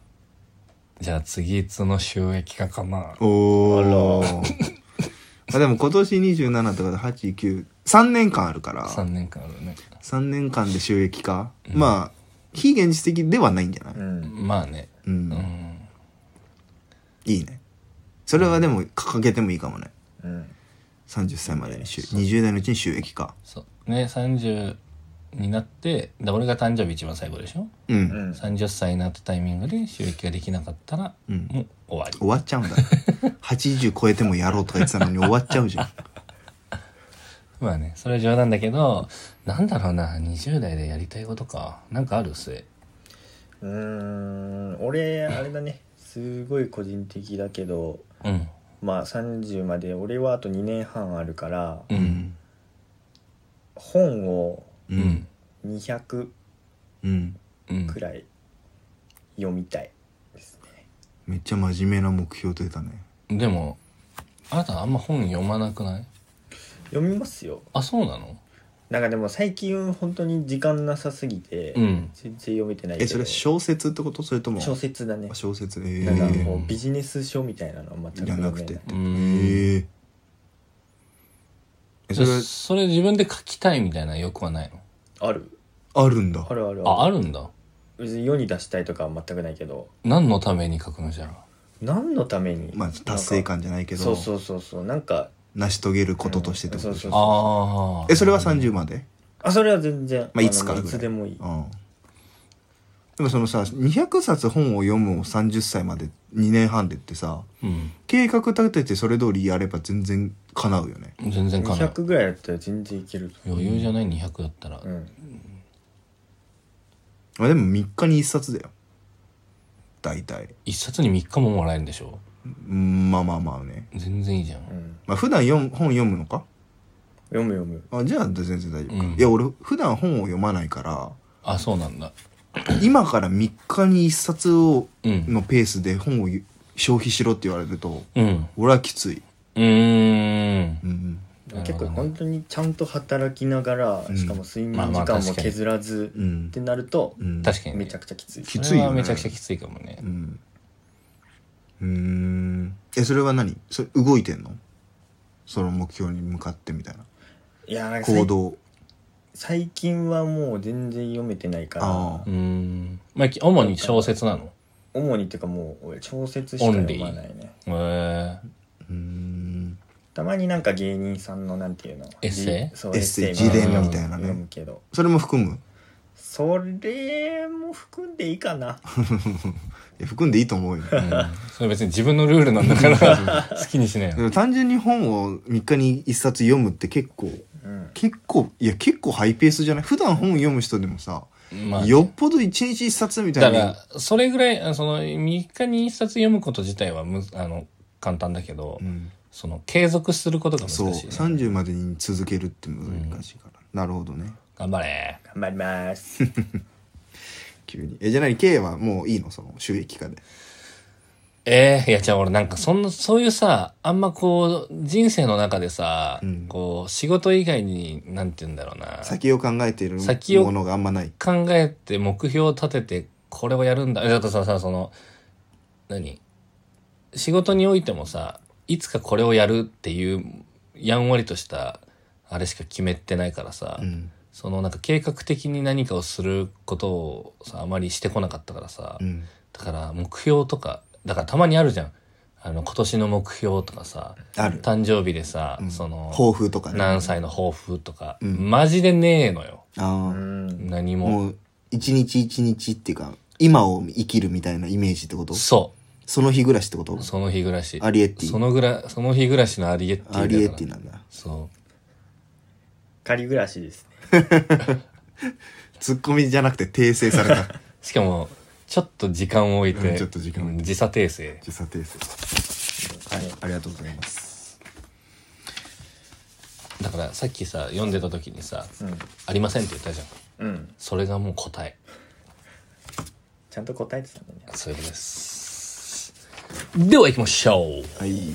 じゃあ次、いつの収益化かな。おおあでも今年27とかで893年間あるから3年間あるね3年間で収益化、まあ非現実的ではないんじゃない、うんん。まあねうんいいねそれはでも掲げてもいいかもねうん。 30歳までに収20代のうちに収益化そうね30になってだ俺が誕生日一番最後でしょうん、うん。 30歳になったタイミングで収益ができなかったら、うんもう終わり終わっちゃ うんだ80超えてもやろうとか言ってたのに終わっちゃうじゃんまあねそれは冗談だけどなんだろうな20代でやりたいことかなんかある末うーん俺あれだねすごい個人的だけどうんまあ30まで俺はあと2年半あるからうん本をううんん200うんうんくらい読みたいですねめっちゃ真面目な目標出たねでもあなたあんま本読まなくない読みますよあそうなのなんかでも最近本当に時間なさすぎてうん全然読めてないけえどそれは小説ってことそれとも小説だねあ小説えなんかーもうビジネス書みたいなのは全くじゃなく読てめっないてうえんーえそそれれそれ自分で書きたいみたいな欲はないあるあるんだあるあるのああるあるんだ別に世に出したいとかは全くないけど何のために書くのじゃあ何のためにまあ達成感じゃないけどそうそうそうそうなんか成し遂げることとしてってことでしうんそうそうょそうあーえそれは30まであそれは全然まあいつからのぐらいいつでもいいうんでもそのさ200冊本を読むを30歳まで2年半でってさうん計画立ててそれ通りやれば全然叶うよね全然かない200ぐらいだったら全然いける余裕じゃない200だったら、うんまあでも3日に1冊だよ大体一冊に3日ももらえるんでしょうんまあまあまあね全然いいじゃん、うんまあ普段読む本読むのか読む読むあじゃあ全然大丈夫か、うんいや俺普段本を読まないからあそうなんだ今から3日に1冊をうんのペースで本を消費しろって言われるとうん俺はきつい、うーんうんなるほどね結構本当にちゃんと働きながらんしかも睡眠まあま時あ間確もかに削らずうんうんってなるとうん確かにねめちゃくちゃきついきそついれよはねめちゃくちゃきついかもねうんうーんえそれは何それ動いてんのその目標に向かってみたいないやなんかさい行動最近はもう全然読めてないかあうーんまあき主に小説なのら主にっていうかもう俺小説しか読まないねへえうーんたまになんか芸人さんのなんていうのエッセイそうエッセイみたいなの自伝みたいなね読むけどそれも含むそれも含んでいいかないや含んでいいと思うようんそれ別に自分のルールなんだから好きにしなよでも単純に本を3日に1冊読むって結構うん結構いや結構ハイペースじゃない普段本読む人でもさ、まあよっぽど1日1冊みただいかならそれぐらいあその3日に1冊読むこと自体はむあの簡単だけど、うんその継続することが難しいそう、ね、 30までに続けるって難しいから、なるほどね頑張れ頑張ります急にえじゃあ何 K はもういいのその収益化でえー、いやじゃあ俺なんかそんなそういうさあんまこう人生の中でさ、うんこう仕事以外になんて言うんだろうな先を考えている先をものがあんまない考えて目標を立ててこれをやるんだえだとささその何仕事においてもさいつかこれをやるっていうやんわりとしたあれしか決めてないからさ、うんそのなんか計画的に何かをすることをさあまりしてこなかったからさ、うんだから目標とかだからたまにあるじゃんあの今年の目標とかさある誕生日でさ、うんその抱負とかね何歳の抱負とか、うんマジでねえのよあうあ、ん何ももう一日一日っていうか今を生きるみたいなイメージってことそその日暮らしってことうその日暮らしアリエッティそのぐらその日暮らしのアリエッティだからアリエッティなんだそ仮暮らしですねツッコミじゃなくて訂正されたうしかもちょっと時間を置いて、うんちょっと時間を置いて時差訂正 時差訂正はいありがとうございますだからさっきさ読んでた時にさうん「ありません」って言ったじゃんうん、それがもう答えちゃんと答えてたんだね。そういうことですでは行きましょうはい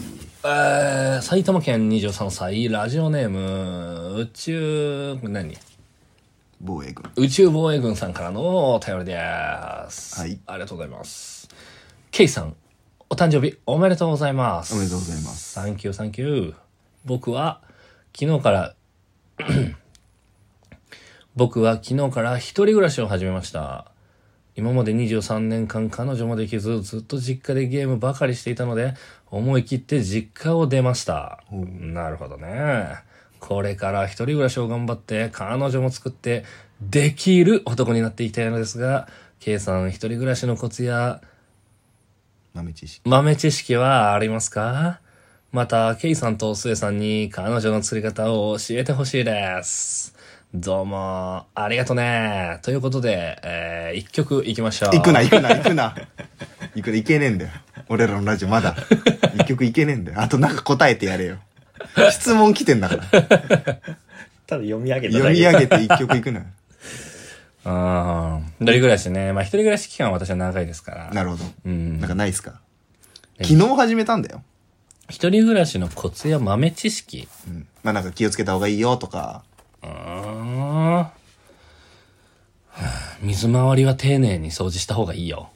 えー、埼玉県23歳ラジオネーム宇宙何防衛軍宇宙防衛軍さんからのお便りです、はいありがとうございますケイさんお誕生日おめでとうございますおめでとうございますサンキューサンキュー僕は昨日から、 僕は昨日から一人暮らしを始めました。今まで23年間彼女もできず、ずっと実家でゲームばかりしていたので、思い切って実家を出ました。なるほどね。これから一人暮らしを頑張って、彼女も作って、できる男になっていきたいのですが、K さん一人暮らしのコツや、豆知識。豆知識はありますかまた、ケイさんとスエさんに彼女の釣り方を教えてほしいです。どうも、ありがとね。ということで、えー、一曲いきましょう。行くな、行くな、行くな。行くな、行けねえんだよ。俺らのラジオまだ。一曲行けねえんだよ。あとなんか答えてやれよ。質問来てんだ から。ただ読み上げた読だみけ上げて一曲行くなよ。うん。一人暮らしね。まあ、一人暮らし期間は私は長いですから。なるほど。うんなんかないっすか昨日始めたんだよ。一人暮らしのコツや豆知識。うん。まあなんか気をつけた方がいいよとか。うん。はあ水回りは丁寧に掃除した方がいいよ。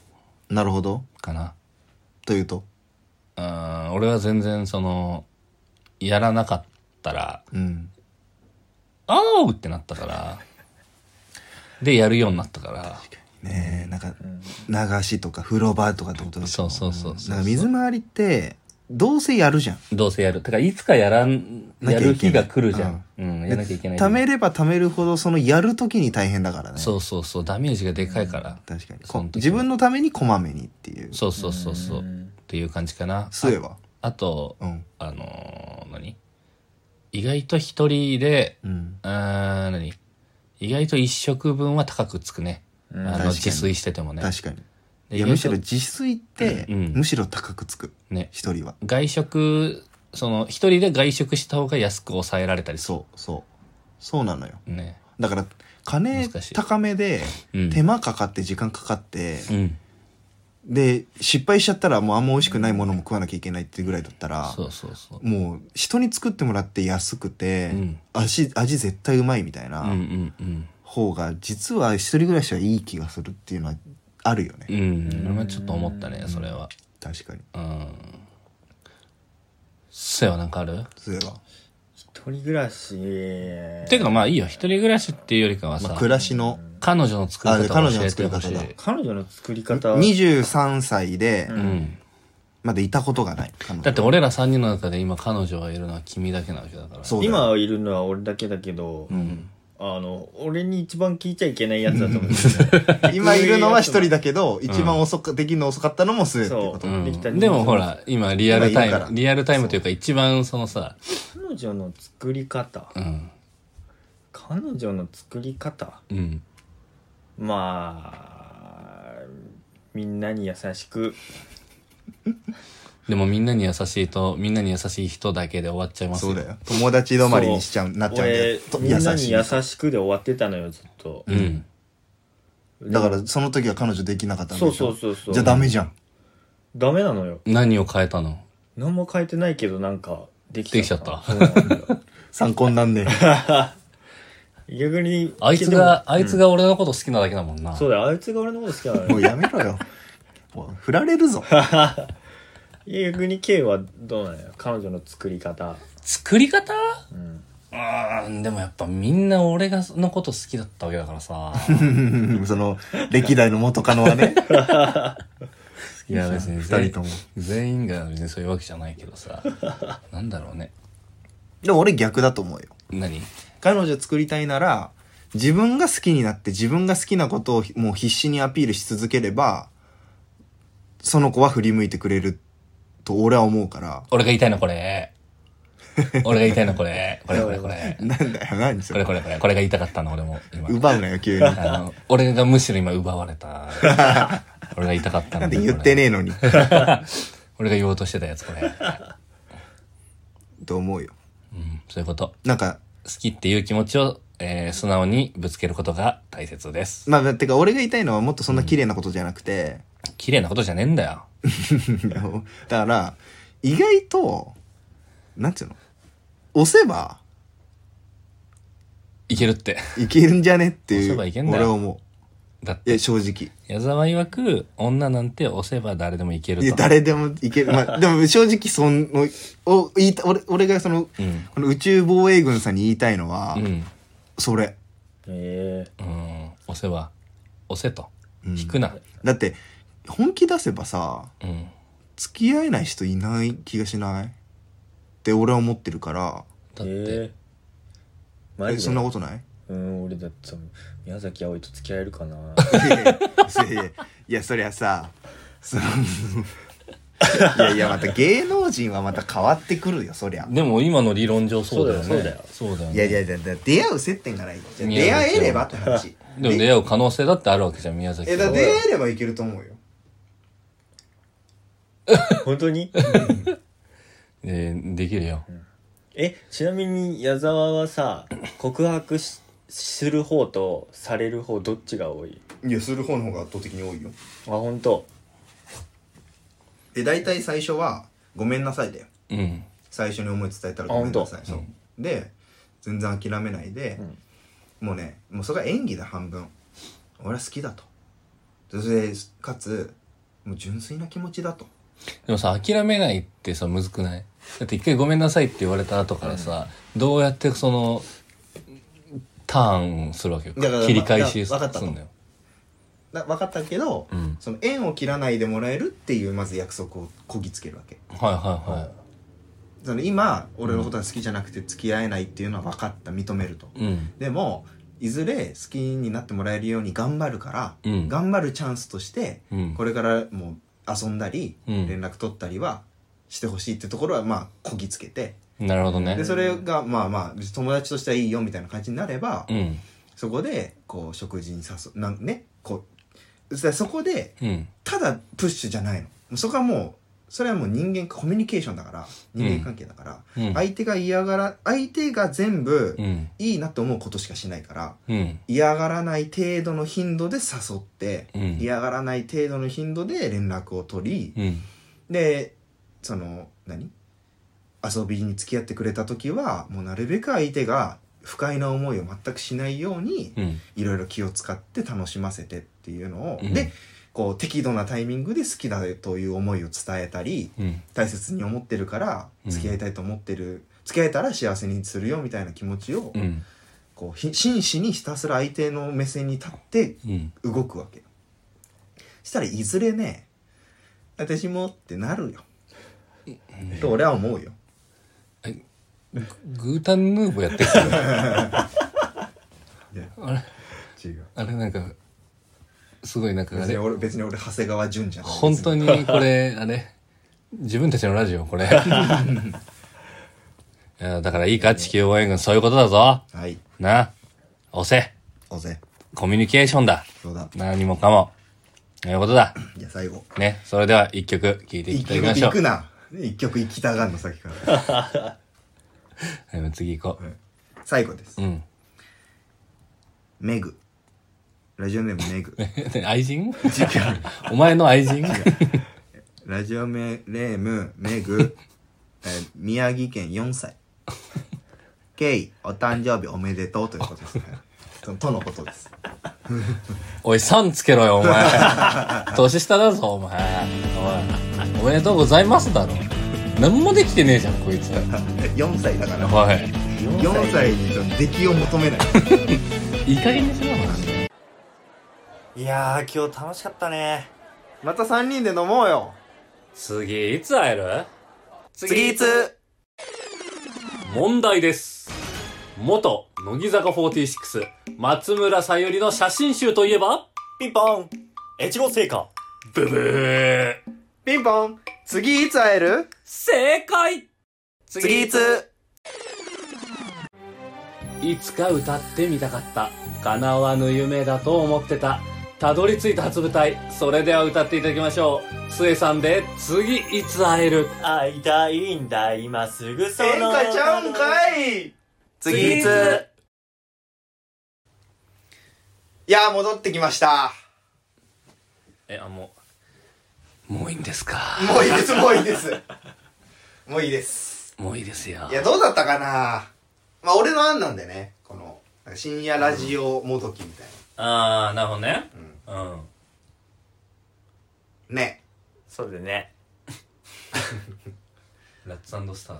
なるほど。かな。というと。うん。俺は全然、その、やらなかったら、うん。あーってなったから。で、やるようになったから。ねえ、なんか、流しとか風呂場とかってことだそうそうそうそうなんか水回りって、どうせやるじゃん。どうせやる。てか、いつかやらん、なきゃいやけないる日が来るじゃん。うん、やらなきゃいけない。貯めれば貯めるほど、そのやるときに大変だからね。そうそうそう、ダメージがでかいから。確かに。そこの時自分のためにこまめにっていう。そうそうそうそう。っていう感じかな。そういえば。あと、うん。あのー何意外と一人で、うん。あー何意外と一食分は高くつくね。あ確の、かに自炊しててもね。確かに。でいや、意む外しとろ自炊って、うんむしろ高くつく。ね。一人は。外食、その、一人で外食した方が安く抑えられたりすそう、そう。そうなのよ。る。ね。だから、金難しい高めで、うん手間かかって時間かかって、うん。で、失敗しちゃったらもうあんま美味しくないものも食わなきゃいけないっていうぐらいだったら、そうそうそう。もう人に作ってもらって安くて、うん味、味絶対うまいみたいうんうなんうん。方が、実は一人暮らしはいい気がするっていうのはあるよね。うん。俺もちょっと思ったね、それは。確かに。うん。せよ、なんかあるそういえば。一人暮らしていうかまあいいよ、一人暮らしっていうよりかはまさあ、、暮らしの、彼女の作ありで方彼を女教のえ作てりほし方だい。彼女の作り方は23歳で、うん。まだいたことがない。彼女だって俺ら3人の中で今彼女がいるのは君だけなわけだから。そうだよ今いるのは俺だけだけど、うん。あの俺に一番聞いちゃいけないやつだと思うんで今いるのは一人だだけど、一番遅く、できるの遅かったのもスエっていうこうと。そできたん、でもほら、今リアルタ今いイるからム、リアルタイムというか一番そのさ、彼女の作り方うん。彼女の作り方うん。まあみんなに優しくでもみんなに優しいと、みんなに優しい人だけで終わっちゃいますそよ。うだよ。友達止まりにしちゃう、なっちゃうんだよ俺。とみんなに優優しくで終わってたのよずっと、うん。だから、その時は彼女できなかったんでしそょうそうそうそうじゃあダメじゃん。ダメなのよ何を変えたの何も変えてないけどなんかできできちゃったそうなんだ よ参考になんね逆にあいつが、あいつが俺のこと好きなだけだもんな。そうだよあいつが俺のこと好きなのえ。もようやめろよ。もう振られるぞ。 いや逆に K はどうなんや彼女の作り方作り方うんうーん、でもやっぱみんな俺がのこと好きだったわけだか らさ。その、歴代の元カノはね。いや別に二全人とも。全員が別にそういうわけじゃないけどさ。なんだろうね。でも俺逆だと思うよ。何彼女作りたいなら、自分が好きになって自分が好きなことをもう必死にアピールし続ければ、その子は振り向いてくれると俺は思うから。俺が言いたいのこれ。俺が言いたいのこれ。これこれこれ。なんだよ、何そこれれ。これこれ。これが言いたかったの俺も今。奪うなよ、急に。あの、俺がむしろ今奪わ れた。俺が言いたかったのなんで言ってねえの に。俺が言おうとしてたやつこれ。と思うよ。うん、そういうこと。なんか、好きっていう気持ちを、えー素直にぶつけることが大切です。まあ、てか俺が言いたいのはもっとそんな綺麗なことじゃなくて、綺麗なことじゃねえんだよ。だから、意外と、なんていうの押せばいけるって。いけるんじゃねって押いせばいけんう、だよ俺は思う。だっていや正直矢沢曰く女なんて押せば誰でもいけるといや誰でもいける、まあ、でも正直そのお言いた俺俺がその,、うんこの宇宙防衛軍さんに言いたいのは、うん、それえうえん、押せば押せと、うん引くな、だって本気出せばさうん、付き合えない人いない気がしないって俺は思ってるからだって、ええマえジそでんな ことないうん俺だって宮崎あおいと付き合えるかない やいやいやいやそりゃさその いやいやまた芸能人はまた変わってくるよそりゃでも今の理論上そうだよねそうだよそうだよいやねいやいやだ出会う接点がないじゃあいや出会えればって 話でも出会う可能性だってあるわけじゃん宮崎えだは出会えればいけると思うよ本当にえーできるよえちなみに矢沢はさ告白しする方とされる方どっちが多いいやする方の方が圧倒的に多いよあ本当で大体最初は「ごめんなさい」だようん最初に思い伝えたら「あごめんなさい本」そうで全然諦めないで、もうねもうそれが演技だ半分俺は好きだとそれでかつもう純粋な気持ちだとでもさ諦めないってさむずくないだって一回「ごめんなさい」って言われた後からさ、どうやってそのターンするわけよだから切り返いしやわかったすんだよだ分かったけど、うんその縁を切らないでもらえるっていうまず約束をこぎつけるわけはいはいはその今俺のことが好きじゃなくて付き合えないっていうのは分かった認めると、いうんでもいずれ好きになってもらえるように頑張るから、うん頑張るチャンスとして、うんこれからもう遊んだり、うん連絡取ったりはしてほしいってところはまあこぎつけてなるほどねでそれがまあまあ友達としてはいいよみたいな感じになれば、うんそこでこう食事に誘うなんねこうそそこでうんただプッシュじゃないのもうそこはもうそれはもう人間コミュニケーションだから人間関係だから、うん相手が嫌がら相手が全部うんいいなと思うことしかしないから、うん嫌がらない程度の頻度で誘って、うん嫌がらない程度の頻度で連絡を取り、うんでその何遊びに付き合ってくれた時はもうなるべく相手が不快な思いを全くしないようにうんいろいろ気を使って楽しませてっていうのを、うんでこう適度なタイミングで好きだという思いを伝えたりうん大切に思ってるからうん付き合いたいと思ってる、付き合えたら幸せにするよみたいな気持ちを、うんこうひ真摯にひたすら相手の目線に立ってうん動くわけよしたらいずれね私もってなるよ、と俺は思うよグータンヌーボやってきてる いやあれ違うあれなんかすごいなんかあ別れに俺別に俺長谷川純じゃない本当ににこれあれ自分たちのラジ オこれいやだからいいか地球応援軍そういうことだぞはいな押せおぜコミュニケーションだそうだ何もかもそういうことだじゃあ最後ねそれでは一曲聴いてい一ただ曲きましょ行くうな一曲行きたがんのさっきからはい次行こ最後ですううん メグラジオネームメグ愛人お前の 愛人ラジオネームメグ、えー宮城県4歳 ケイお誕生日おめでとうということですねととのことですおい、さんつけろ よ、お前。年下だぞ、お前。おい、おめでとうございますだろ。何もできてねえじゃん、こいつ。 4歳だからお4歳にちょっと出来を求 めないい、いい加減にしろ、マジでいやー今日楽しかったねまた3人で飲もうよ次いつ会える次いつ問題です元乃木坂46松村さゆりの写真集といえばピンポン越後製菓ブブーピンポン次いつ会える正解次いついつか歌ってみたかった叶わぬ夢だと思ってたたどり着いた初舞台それでは歌っていただきましょう末さんで次いつ会える会いたいんだ今すぐその喧嘩ちゃうんかい次いついやー戻ってきましたえあもうもういいんですかもういいですもういいですもういいですもういいですよいやどうだったかなまあ俺の案なんでねこのなんか深夜ラジオもどきみたいなああなるほどねうんうん。ねそうだねラッツスター。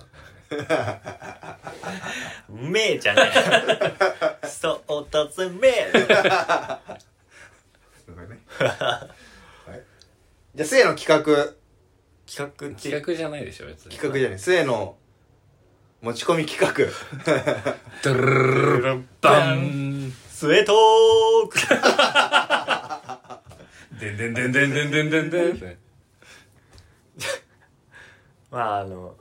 うめえじゃねえそうだぜめえごめんねはいじゃあ末の企画企画って企画じゃないでしょ、別に。企画じゃない末の持ち込み企画ドゥルルルルルバンスウェトークでんでんでんでんでんでんでんでん。まああの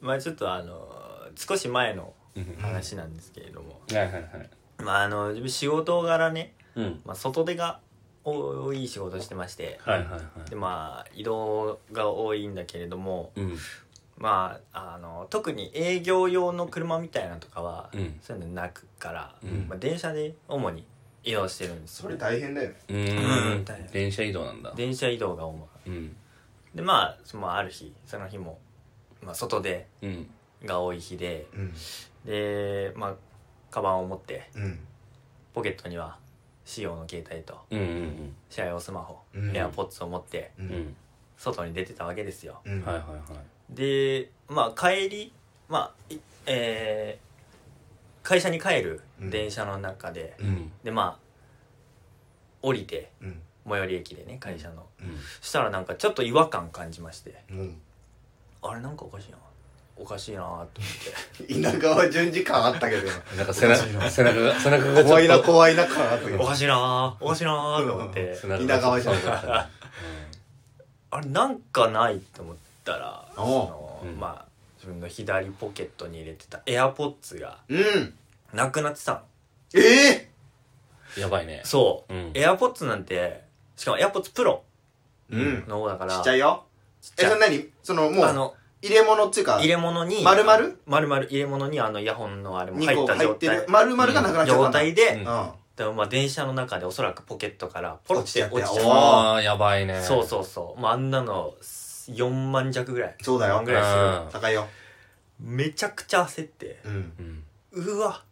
まあちょっとあの少し前の話なんですけれども、はいはいはい。まああの自分仕事柄ね、うん。まあ、外出が多い仕事してまして、はいはいはい。でまあ移動が多いんだけれどもうん。まああの特に営業用の車みたいなのとかは、うんそういうのなくから、うんまあ、電車で主に移動してるんですよ大変だよねうーうんん。電車移動なんだ。電車移動が主うん。でまあそのある日その日も、まあ、外出うん。が多い日でうんでまあカバンを持ってうんポケットには仕様の携帯とうんうん試合用スマホ、うんエアポッツを持ってううん。うん。外に出てたわけですようんはいはいはい。でまあ帰りまあいえー会社に帰る電車の中で、うん。でまあ降りてうん最寄り駅でね会社の、うん。そしたらなんかちょっと違和感感じましてうんあれなんかおかしいなおかしいなと思って田舎は順次感あったけどなんか背中、背中が、背中がちょっと。怖いな怖いな感あった けおどかしいなおかしいなと思って背中田舎はちちょょっっととあれなんかないと思ったらその、うんまあ自分の左ポケットに入れてたエアポッツがうんなくなってたのええやばいね。そう、うんエアポッツなんてしかもエアポッツプロうんの方だからちっちゃいよちっちえゃいそれ何そのもあうの入れ物っていうか入れ物に丸々丸々入れ物にあのイヤホンのあれも2入っ個た入状って態る丸々がなくなっちゃった状んだ態うでんう、んでもまあ電車の中でおそらくポケットからポロって落落ちちちちゃゃうっああ、やばいね。そうそうそうもうあんなの4万弱ぐらいそうだよぐらいする高いよめちゃくちゃ焦ってうんうん。うん。うわ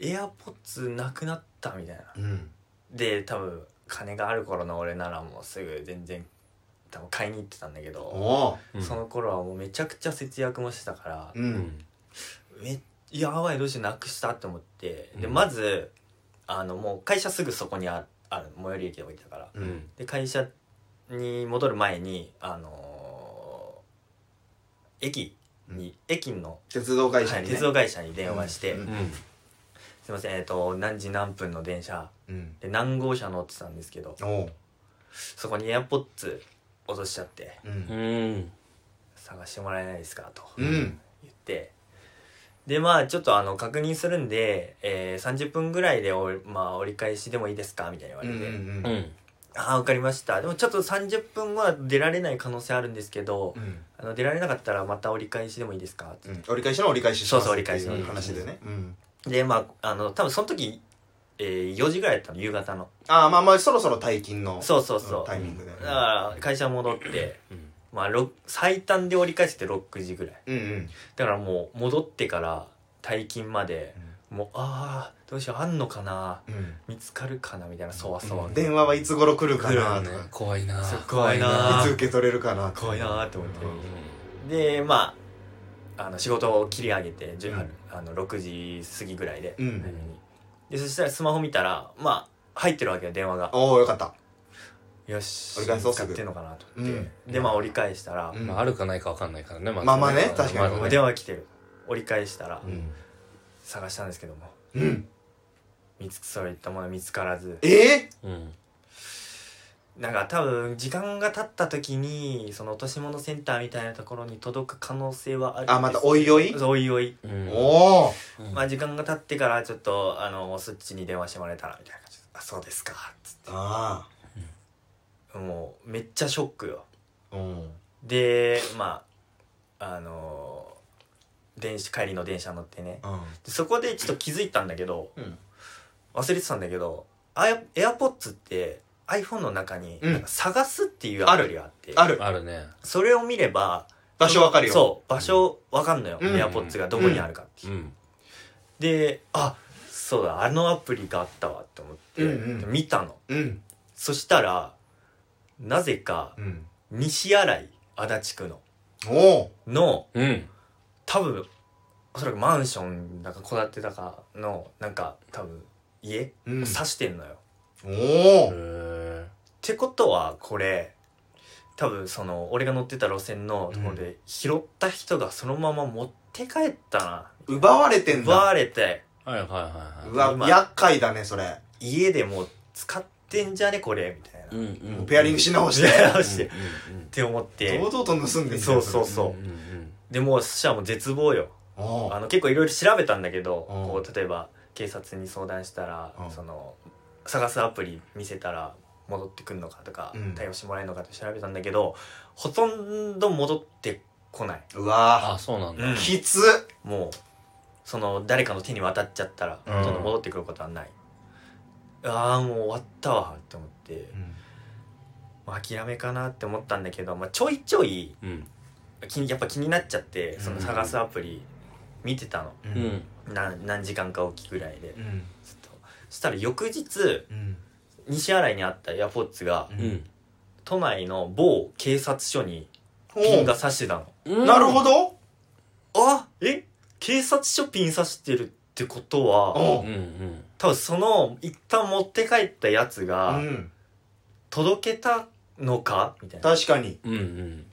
エアポッツなくなったみたいなうんで多分金がある頃の俺ならもうすぐ全然多分買いに行ってたんだけおどおうんその頃はもうめちゃくちゃ節約もしてたからううんん。めやばいどうしようなくしたって思ってうでんまずあのもう会社すぐそこにあある最寄り駅で置いてたからうん。で会社に戻る前にあのー駅に、駅の、鉄道会社はいにね鉄道会社に電話して「うんうん。すいませんえっ、と何時何分の電車うんで何号車乗ってたんですけどおおそこにエアポッツ落としちゃってうんうん。探してもらえないですか?」とうん言ってでまあちょっとあの確認するんで、えー30分ぐらいでお、まあ、折り返しでもいいですかみたいに言わうれんて「うんううんん。ああ分かりましたでもちょっと30分は出られない可能性あるんですけどうんあの出られなかったらまた折り返しでもいいですか?」ってうん折り返しの折り返ししますそうそう折り返しのっていう話でねうんでまああの多分その時、えー4時ぐらいだったの夕方のああまあまあそろそろ退勤のそうそうそうタイミングでだから会社戻って、うんまあ、ろ最短で折り返して6時ぐらいうんうんだからもう戻ってから退勤まで、もうああどうしようあんのかなうん見つかるかなみたいなそわそわ、電話はいつ頃来るかなとね怖いなそう怖いなかいーつ受け取れるかなとか怖いなーって思っうんて、でまああの仕事を切り上げて、じゅうんあの6時過ぎぐらいで,、うんでそしたらスマホ見たらまあ入ってるわけよ電話がおおよかったよし折り返そうす使っぐてんのかなと思って、うんでまあ折り返したら、うんまあ、あるかないかわかんないからね、まずまあまあね確かまにず電ね話来てる折り返したら、うん探したんですけどもうん見つそういったものは見つからずええうん。なんか多分時間が経った時にその落とし物センターみたいなところに届く可能性はあるんですあまたおいおいそうおいおい、うんおおうんまあ時間が経ってからちょっとあのそっちに電話してもらえたらみたいな感じであそうですかっつあってもうめっちゃショックよあうんでまああの電子帰りの電車乗ってねでそこでちょっと気づいたんだけどうん忘れてたんだけどあやエアポッツって iPhone の中にうんなんか探すっていうアプリがあって、あるあるね。それを見れば場所わかるよそう場所わかんのよ、うんエアポッツがどこにあるかって、うん。であそうだあのアプリがあったわって思って、うんうん見たのうんそしたらなぜかうん西新井足立区のおおのうん。多分おそらくマンションだか戸建てだかのなんか多分家をうん指してんのよ、っおおへてことはこれ多分その俺が乗ってた路線のところで拾った人がそのまま持って帰ったな、奪われてん奪だわれてーはいはいはいはうわ今厄介だねそれ家でもう使ってんじゃねこれみたいな、い。うんペアリングし直しやてら して、っうんうんて思って堂々と盗んでんだよそうそうそう、うんうんでもうそしたらもう絶望よおおあの結構いろいろ調べたんだけど、うんこう例えば警察に相談したら、うんその探すアプリ見せたら戻ってくるのかとか、うん対応してもらえるのかって調べたんだけどほとんど戻ってこない、うわあ、そうなんだ。うんきつもうその誰かの手に渡っちゃったらうんほとんど戻ってくることはない、ああもう終わったわって思って、まあ、諦めかなって思ったんだけど、まあ、ちょいちょいうん。気にやっぱ気になっちゃってその探すアプリ見てたの、ううんん。な何時間かおきぐらいでうんずっとそしたら翌日うん西新井にあったエアポッツがううん。都内の某警察署にピおンが刺してたのおなるほどあえ警察署ピン刺してるってことはおうんうん。多分その一旦持って帰ったやつうがん届けたのかみたいな確かにうんうん。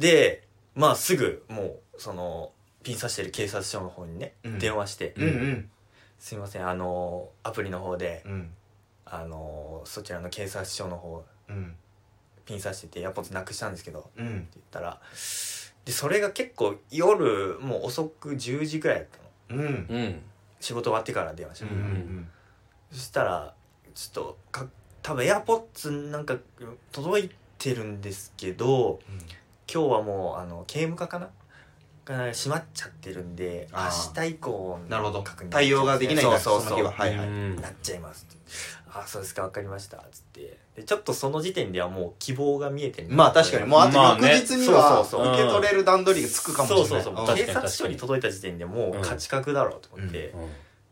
でまあすぐもうそのピン刺してる警察署の方にねうん電話してうんうん「すいませんあのアプリの方でうんあのそちらの警察署の方うんピン刺しててエアポッツなくしたんですけどうんって言ったらでそれが結構夜もう遅く10時ぐらいだったのうんうん。仕事終わってから電話して、うんうんそしたらちょっとか多分エアポッツなんか届いてるんですけど今日はもうあの刑務課かなが閉まっちゃってるんであー明日以降のなるほど確認対応ができないんだそうそそうの日そうははいはいうんなっちゃいますあそうですかわかりましたつってでちょっとその時点ではもう希望が見えてるまあ確かにもうあとまあね翌日にはそうそうそう受け取れる段取りがつくかもしれないそうそううんそ確うか警に察署に届いた時点でもう価値格だろうと思って、で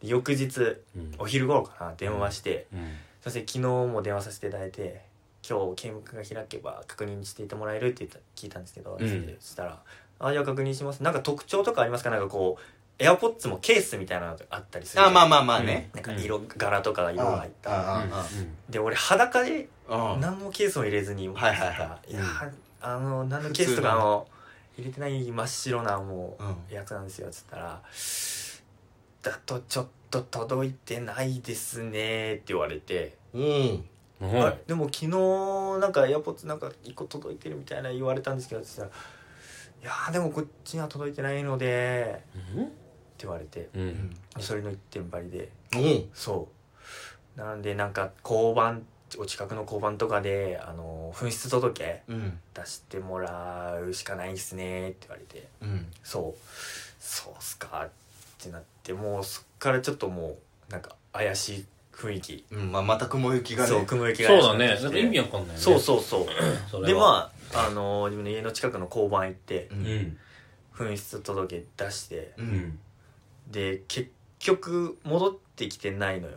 翌日うん。お昼頃かな電話してうん。 「すいません昨日も電話させていただいて今日刑務官が開けば確認していてもらえる?」って言った聞いたんですけうど、んつってそしたら「あじゃあ確認します」なんか特徴とかありますかなんかこうエアポッツもケースみたいなのあったりするあまあまああまあねなんか色柄とか色が入ったあで俺裸でうん何もケースも入れずに持ってたはいはいはいやあの何のケースとかあの入れてない真っ白なもうんうやつなんですよっつったら「だとちょっと届いてないですね」って言われてうんうん。 「はあい。でも昨日なんかエアポッツなんか一個届いてるみたいな言われたんですけど」っつったら「いやーでもこっちには届いてないので」って言われてうん。うん。それの一点張りでうんそうなんでなんか交番お近くの交番とかであの紛失届うん出してもらうしかないんすねって言われてうんそうそうっすかってなってもうそっからちょっともうなんか怪しい雰囲気うんまあまた雲行きがそうね雲行きがそう怪しくだねななっ。てきてんか意味わかんないね。そうそうそううでまああの自分の家の近くの交番行ってあうん。紛失届出してううんん。で結局戻ってきてないのよ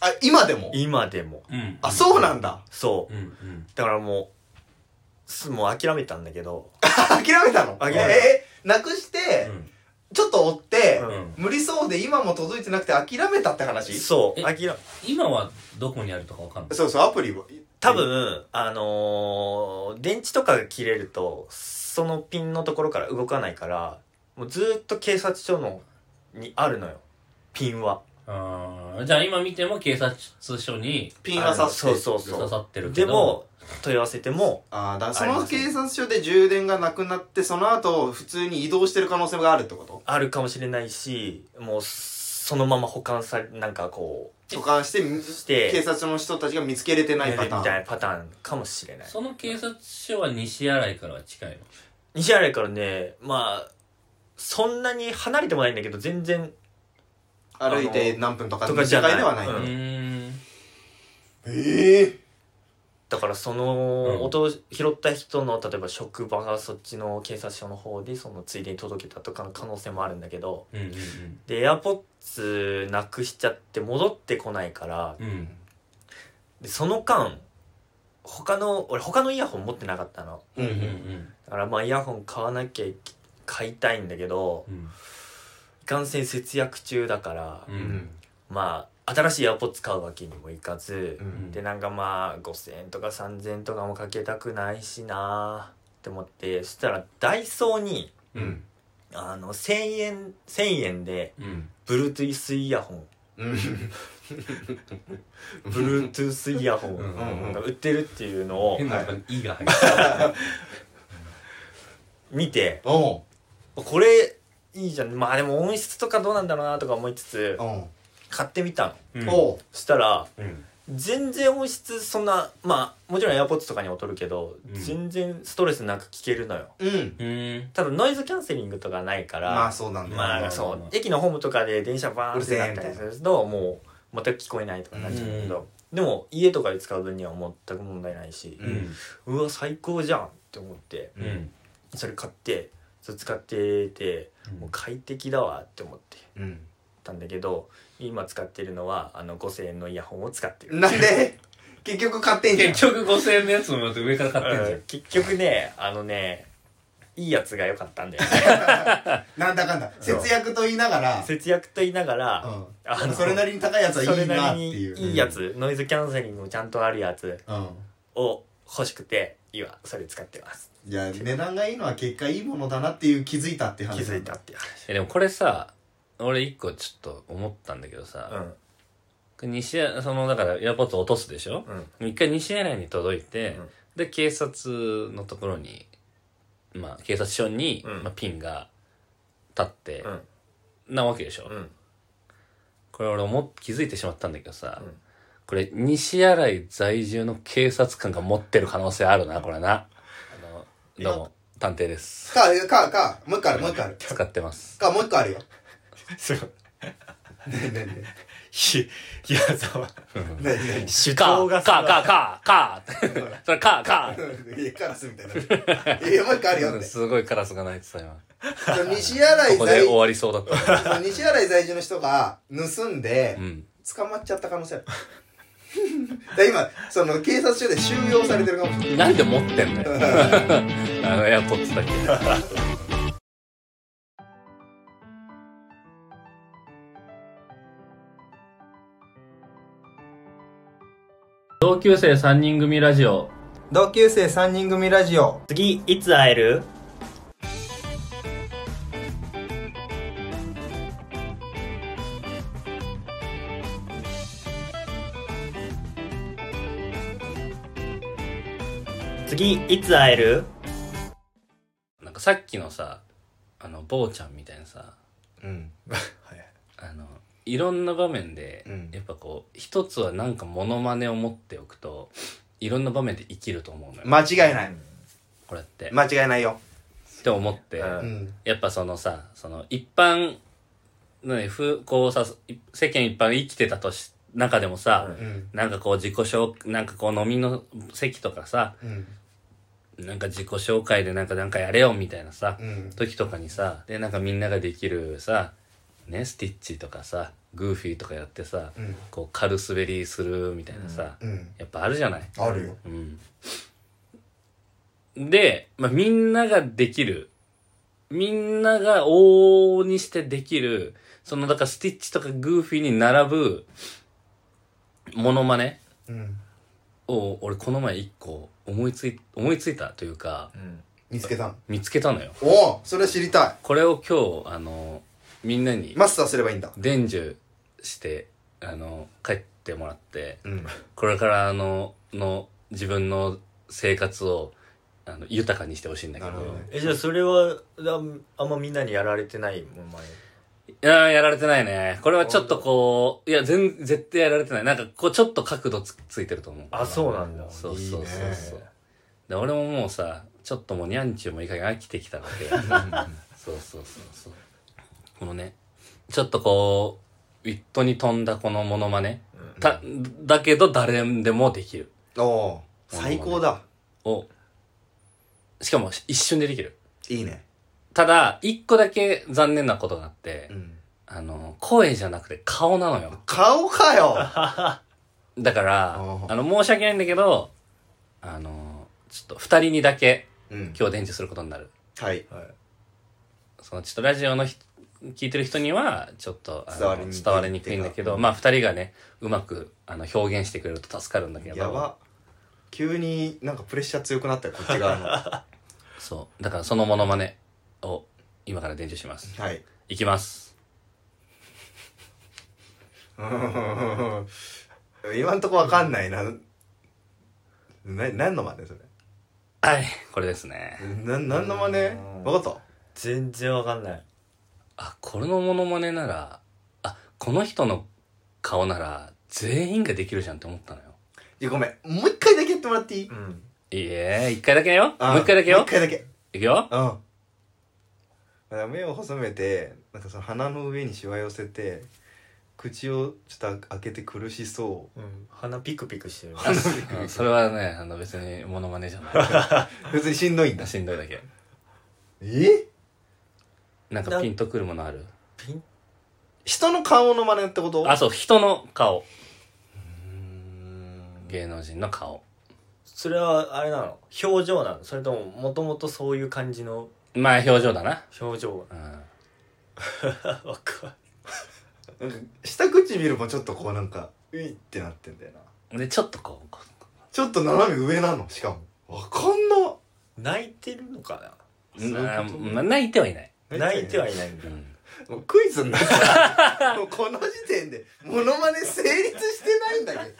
あ今でも今でもうん。あそうなんだそううん。うん。だからもうすもう諦めたんだけど諦めたの諦めたええなくしてちょっと追ってうん無理そうで今も届いてなくて諦めたって話そうえ諦め今はどこにあるとかわかんない。そうそうアプリは多分、あのー電池とかが切れると、そのピンのところから動かないから、もうずーっと警察署の、にあるのよ。ピンは。あーじゃあ今見ても警察署にピンは刺してあのそうそう刺そさう。ってるけでど。も、問い合わせても、ああだあかりらそまのすね警察署で充電がなくなってその後普通に移動してる可能性があるってことあるかもしれないし、もう、そのまま保管され、なんかこ保管してみう、して、警察署の人たちが見つけれてないパみタたーンいなパターンかもしれない。その警察署は西新井からは近いの。西原からね、まあ、そんなに離れてもないんだけど、全然、歩いて何分とかとのかじゃない短いではないうんうーん。ええだからその音を拾った人の例えば職場がそっちの警察署の方でそのついでに届けたとかの可能性もあるんだけどうんうんでエアポッツなくしちゃって戻ってこないからうんうんでその間他の俺他のイヤホン持ってなかったのうんうんうんだからまあイヤホン買わなきゃいけ買いたいんだけどうんいかんせん節約中だから、うんまあ新しいエアポッツ買うわけにもいかず、うんでなんかまあ5,000円とか3,000円とかもかけたくないしなーって思ってそしたらダイソーにうんあの1,000円1,000円でうん Bluetooth イヤホンうん。 Bluetooth イヤホうんンが売ってるっていうのを変なとこに「い」が入った見ておうこれいいじゃんまあでも音質とかどうなんだろうなとか思いつつおう買ってみたのうんおうそしたらうん全然音質そんなまあもちろん AirPods とかに劣るけど、うん全然ストレスなく聞けるのようん。うんただノイズキャンセリングとかないからまあそうなんだよ。まあそう、駅のホームとかで電車バーンってなったりするともう全く聞こえないとかになっちゃうんだけど、でも家とかで使う分には全く問題ないしう、んうわ最高じゃんって思ってうんそれ買ってそれ使っててうんもう快適だわって思ってうん。たんだけど今使ってるのはあの5000円のイヤホンを使ってる。なん で結局買ってんじゃん。結局5000円のやつもまた上から買ってんじゃうんん結局ねあのねいいやつが良かったんだよねなんだかんだ。節約と言いながら、節約と言いながら、うん。それなりに高いやつはいそれいななっりてにいう。いいやつ、ノイズキャンセリングもちゃんとあるやつうん。を欲しくて今それ使ってますじゃあ値段がいいのは結果いいものだなっていう気づいたって話。気づいた。っていうえでもこれさ俺一個ちょっと思ったんだけどさ、話西やそのだからエアポッド落とすでしょうんうん一回西新井に届いて、うんで警察のところにまあ警察署に、うんまあ、ピンが立って、うんなわけでしょ、うんこれ俺も気づいてしまったんだけどさ、うんこれ西新井在住の警察官が持ってる可能性あるなこれなあのどうも探偵ですか、か、か、もう一個ある、もう一個ある。使ってますか、もう一個あるよ。すごいねねねひひやさはねね主か張がかさかかかそれかか いやカラスみたいな。いや、もう一個あるよって。すごいカラスが鳴いてた今その西新井ここで在終わりそうだったその西新井在住の人が盗んでう、ん捕まっちゃった可能性ある。だから今、その警察署で収容されてるかもしれない。なんで持ってん のよあのエアポッツだけ同級生3人組ラジオ同級生3人組ラジオ次いつ会える次いつ会えるなんかさっきのさあの坊ちゃんみたいなさうん。あのいろんな場面で、うんやっぱこう一つはなんかモノマネを持っておくといろんな場面で生きると思うのよ、間違いない。これって、間違いないよ。って思って、うんうん。やっぱそのさその一般ねふこうさい世間一般生きてたとし中でもさ、うんうん。なんかこう自己紹介なんかこう飲みの席とかさうん。なんか自己紹介でなんかなんかやれよみたいなさ、うん。時とかにさでなんかみんなができるさねスティッチとかさグーフィーとかやってさ、うんこう軽滑りするみたいなさ、うん。やっぱあるじゃない、あるよ。うん、で、まあ、みんなができるみんなが往々にしてできるそのだからスティッチとかグーフィーに並ぶモノマネうん。を俺この前一個思いつい思いついたというか見つけたの。見つけたのよおおそれ知りたこれを今日あのみんなにい。マスターすればいいんだ。伝授してあの帰ってもらってうん。これからあのの自分の生活をあの豊かにしてほしいんだけどなるほどねえじゃあそれはああんまみんなにやられてないもん前いやーやられてないねこれはちょっとこういや全絶対やられてないなんかこうちょっと角度つついてると思うあそうなんだそうそうそういいねそうで俺ももうさちょっともうにゃんちゅうもいい加減飽きてきたわけそうそうそうそうこのねちょっとこうウィットに飛んだこのモノマネ、ただけど誰でもできるおお最高だを、しかも一瞬でできる。いいねただ、一個だけ残念なことがあって、うんあの、声じゃなくて顔なのよ。顔かよだから、あーあの、申し訳ないんだけど、あの、ちょっと二人にだけうん今日伝授することになる。はいその、ちょっとラジオのひ聞いてる人には、ちょっとあの伝わりにくい伝わりにくいんだけど、まあ二人がね、うまく、あの、表現してくれると助かるんだけど。やば急になんかプレッシャー強くなったよこっち側のはそう。だからそのモノマネを今から伝授します。いいきます。今んとこわかんないなな何の真似それはい、これですね。な何の真似わかっ全然わかんないあ、これのモノマネなら、あ、この人の顔なら全員ができるじゃんって思ったのよ。たいやごめんもう一回だけやってもらっていいうんいいえ、一回だけよ。もうあ一回だけもうよ一。回だけいくよ。うん。だから目を細めて、なんかその鼻の上にしわ寄せて、口をちょっと開けて苦しそうん鼻ピクピクしてるうんそれはね、あの別にモノマネじゃなう。別にしんどいんだい。。しんどいだけ。えなんかピンとくるものあるピン人の顔の真似ってことあ、そう、人の顔。芸能人の顔。それはあれなの表情なのそれとももともとそういう感じのまあ表情だな。表情うん。がわかるなんか下唇もちょっとこうなんか、ういってなってんだよな。で、ちょっとこう、こうちょっと斜め上なの、しかも。わかんな。泣いてるのかなまあ泣いてはいない。な泣いてはいないんだうんもうクイズになっちゃうもうこの時点でモノマネ成立してないんだけど。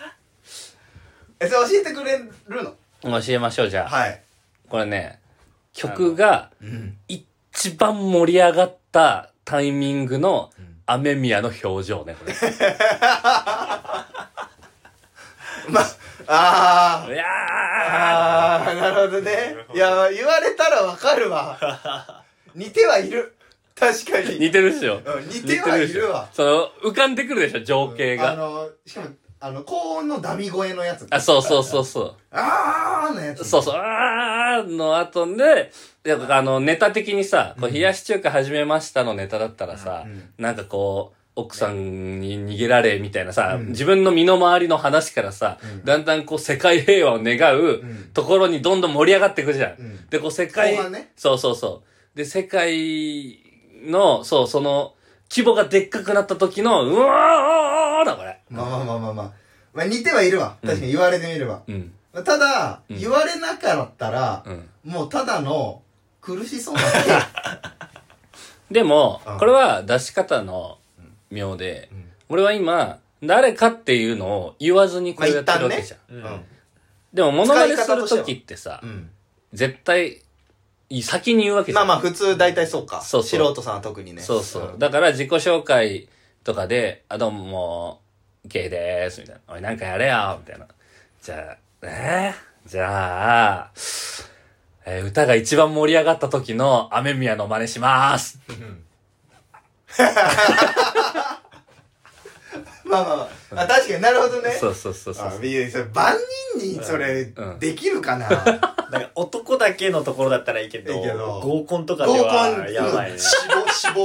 え、それ教えてくれるの教えましょう、じゃあ。はい。これね、曲がうん。一番盛り上がったタイミングの雨宮の表情ね、こ れ。ま、あー。いやああ、なるほどね。いや、言われたらわかるわ。似てはいる。確かーに。似てるっしょ。うん似ては似ているわでしょその、浮かんでくるでしょ、情景が。あの、しかも、あの、高音のダミ声のやつ。あ、そうそうそうそあーのやう。つ。そうそう、あーの後で、やっぱあの、ネタ的にさ、こう冷やし中華始めましたのネタだったらさ、なんかこう、奥さんに逃げられみたいなさ、自分の身の回りの話からさ、だんだんこう世界平和を願うところにどんどん盛り上がっていくじゃん。んで、こう世界後半ねそうそうそう。で、世界の、そう、その、規模がでっかくなった時の、うわーだ、これ。まあまあまあまあまあ。まあ似てはいるわ。確かに言われてみれば。うん。ただ、うん言われなかったらう、ん。もうただの苦し そうなでもうん、これは出し方の妙で、俺は今、誰かっていうのを言わずにこれをやってるわけじゃん。うんうんでも、物まねする使い方として時ってさ、うん。絶対、先に言うわけじまゃあん。まあ普通大体そうか。そうそう素人さんは特にね。そうそう。だから自己紹介とかで、あ、どうも、K でーす、みたいな。おい、なんかやれよ、みたいな。じゃあ、えー、じゃあ、えー歌が一番盛り上がった時の雨宮の真似します。まあまあまあ。あ確かになるほどね。そうそうそうそあう。いやそれ万人にそれうんできるかな、なんか男だけのところだったらいいけどいいけど合コンとかで合はコンやばいね死亡死 亡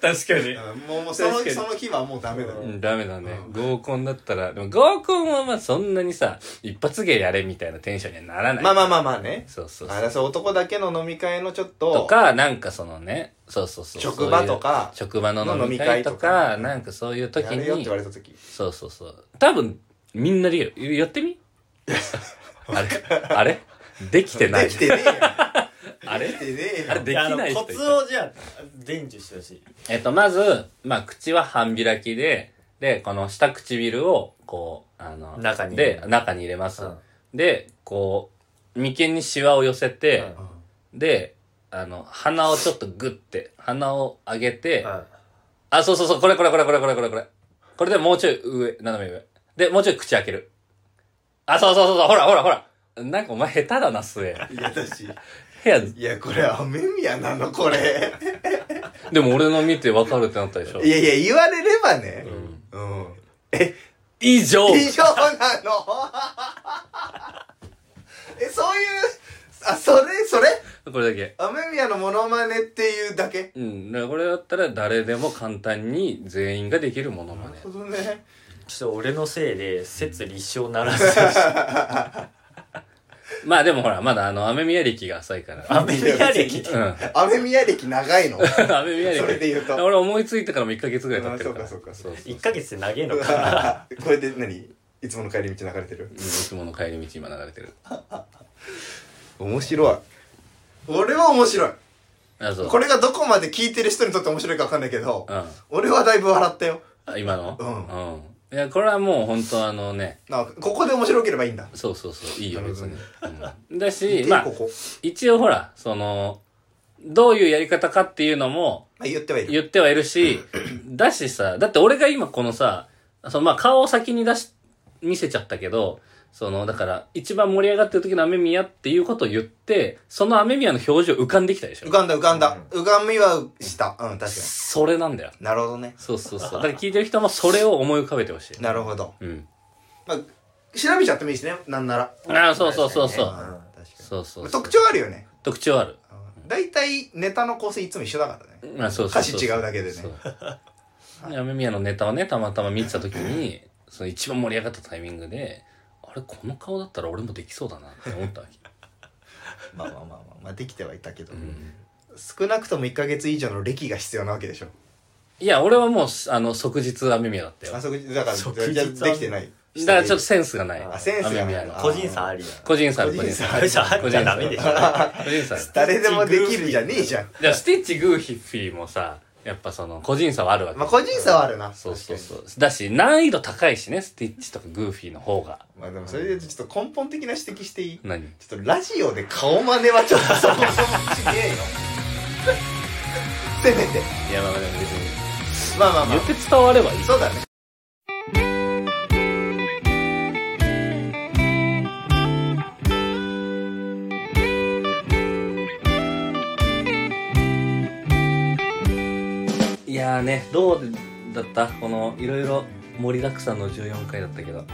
確かに。もうもうその確かにその日はもうダメだよ、ダメだね。合コンだったら、でも合コンはまあそんなにさ、一発芸やれみたいなテンションにはならない。まあまあまあまあねそうそうそあだう。からそう男だけの飲み会のちょっととか、なんかそのね、そうそうそう。職場とかそういう職場の飲み会との飲み会とか、かなんかそういう時やれよってに言わ、れた時そうそうそう。多分、みんなでやるや ってみあれあれできてない。できてねえよあれできてねえあれよできない人コいたツをじゃあ伝授してほしいえっと、まず、まあ、口は半開きで、で、この下唇を、こう、あの、中にで、中に入れます。うんで、こう、眉間にシワを寄せて、で、あの、鼻をちょっとグッて、鼻を上げて、あ、そうそうそう、これこれこれこれこれこれこれ。これでもうちょい上、斜め上。で、もうちょい口開ける。あ、そうそうそうそう、ほらほらほら。なんかお前下手だな、末。いや私部屋、いやこれ雨宮なのこれでも俺の見て分かるってなったでしょい。やいや言われればねうん、以上 以上なのいうあそれそれこれだけ。雨宮のモノマネっていうだけうん。だからこれだったら誰でも簡単に全員ができるものまねな。るほどねちょっと俺のせいで説立証ならせ るしまあでもほら、まだあの、雨宮歴が浅いから。アメリカ歴うん。雨宮歴長いのそ雨宮歴。れで言うと俺思いついたからもう1ヶ月ぐらい経ってるから。あそうかそうそう1ヶ月で長えのかこれで何いつもの帰り道流れてるうんいつもの帰り道今流れてる。面白い俺は面白いあ、そう。これがどこまで聞いてる人にとって面白いか分かんないけど、うん。俺はだいぶ笑ったよあ今のうんうん。いや、これはもう本当あのね、なここで面白ければいいんだそうそうそう、いいよなる別ほどにね。うんだし で、まあこ、こ、一応ほら、その、どういうやり方かっていうのもまあ、言ってはいる言ってはいるし、だしさ、だって俺が今このさ、そのまあ顔を先に出し、見せちゃったけど、その、だから、一番盛り上がってる時の雨宮っていうことを言って、その雨宮の表情浮かんできたでしょ浮かんだ浮かんだ、浮かみはしたうん確かにそれなんだよ。なるほどねそうそうそう。だから聞いてる人もそれを思い浮かべてほしい。なるほど、うん。まあ、調べちゃってもいいしねなんならああ、そうそうそうそう。うん確かそうそうにそう。特徴あるよね特徴ある。大体ネタの構成いつも一緒だからねまあ、そうそうそう歌詞違うだけでねそう。で雨宮のネタをね、たまたま見てた時に、その一番盛り上がったタイミングで、あれ、この顔だったら俺もできそうだなって思ったわけ。まあまあまあまあ、まあ、できてはいたけど、うん少なくとも1か月以上の歴が必要なわけでしょいや、俺はもう、あの、即日雨宮だったよ。あそこだから即日じゃあできてないだからちょっとセンスがない。あセンスがない雨宮のあ個人差あり個人差ある、個個人人差差ある。個人 個人差ありじゃ差ダあるメでしょ個人差ある。誰でもできるじゃねえじゃんじゃあ、スティッチ、グーフィーもさ、やっぱその、個人差はあるわけ。まあ個人差はあるなそうそうそう。だし、難易度高いしね、スティッチとかグーフィーの方が。まあでもそれでちょっと根本的な指摘していい何ちょっとラジオで顔真似はちょっとそもそもちげえよせめていや、まあまあでも別に。まあまあま言あって伝わればいい。そうだねいやーね、どうだったこの、いろいろ盛りだくさんの14回だったけど。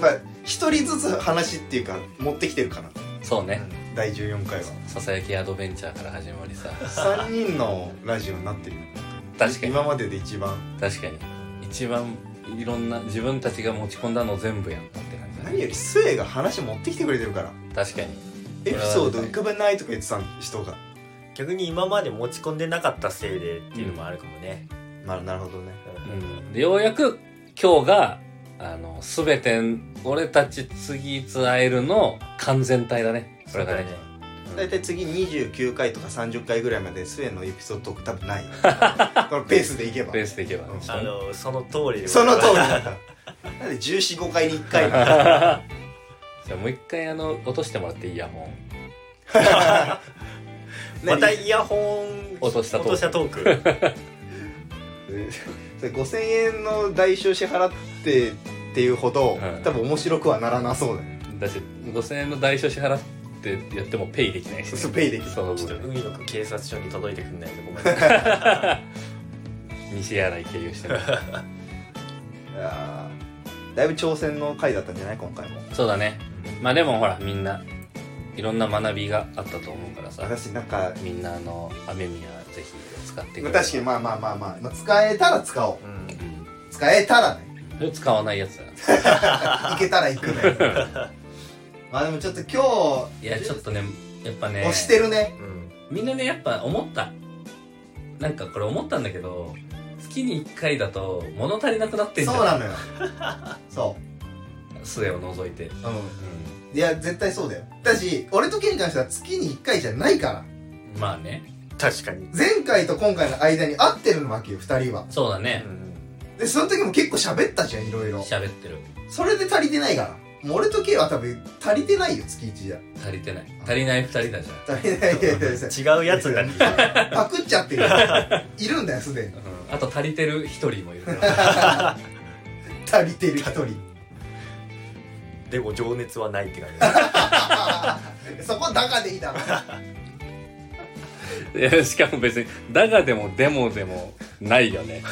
まあ一人ずつ話っていうか持ってきてるかなそうね。第14回は ささやきアドベンチャーから始まりさ。 3人のラジオになってるよ確かに、今までで一番確かに。一番、いろんな、自分たちが持ち込んだのを全部やったって感じだ何ね。よりスエが話持ってきてくれてるから確かに。エピソード浮かべないとか言ってた人が 逆に今まで持ち込んでなかったせいでっていうのもあるかもね、まあなるほどねうん。で、ようやく、今日が、あの、すべて、俺たち次いつ会えるの完全体だね。こそれうがだねね。大体次29回とか30回ぐらいまでスエのエピソードトーク多分ない このペースでいけばベースでいけばう。んちょっあとのその通りでその通りだったなんで1415回に1回なんだじゃあもう一回、あの、落としてもらっていいや、もう。またイヤホン落としたトーク落としたトー ク それ5000円の代償支払ってっていうほど、うん多分面白くはならなそうだよだし5000円の代償支払ってやってもペイできないし、そうペイできないそのちょっと分ね海の子警察署に届いてくんないとごめんなさい 西新井経由してもいやーだいぶ挑戦の回だったんじゃない今回もそうだねまあでもほらみんないろんな学びがあったと思うからさ私なんかみんなあの雨宮ぜひ使ってくれ確かにまあまあまあまあ、まあ、使えたら使おううんうん使えたらね それ使わないやつだな行けたら行 くねまあでもちょっと今いやちょっとねやっぱ日ね押してるね、うんみんなねやっぱ思ったなんかこれ思ったんだけど月に1回だと物足りなくなってんじゃんそうな のよそ末を除いてううんいや絶対そうだよだし俺とケンに関しては月に1回じゃないからまあね確かに、前回と今回の間に合ってるわけよ2人はそうだうねん、でその時も結構喋ったじゃんいろいろ喋ってるそれで足りてないからもう俺とケンは多分足りてないよ月1じゃ足りてない足りない2人だじゃん足りないいやいやいや違うやつがパクっちゃってるいるんだよすでにあと足りてる一人もいるから足りてる一人でも情熱はないって感じはそこはダカでいいだろ いやしかも別に「だが」でも「でも」でもないよ ね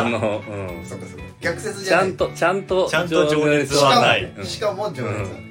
その、うん、そうかそうか逆説じちゃゃないんとちゃんとちゃんと情熱しかはもないうんしかも情熱はない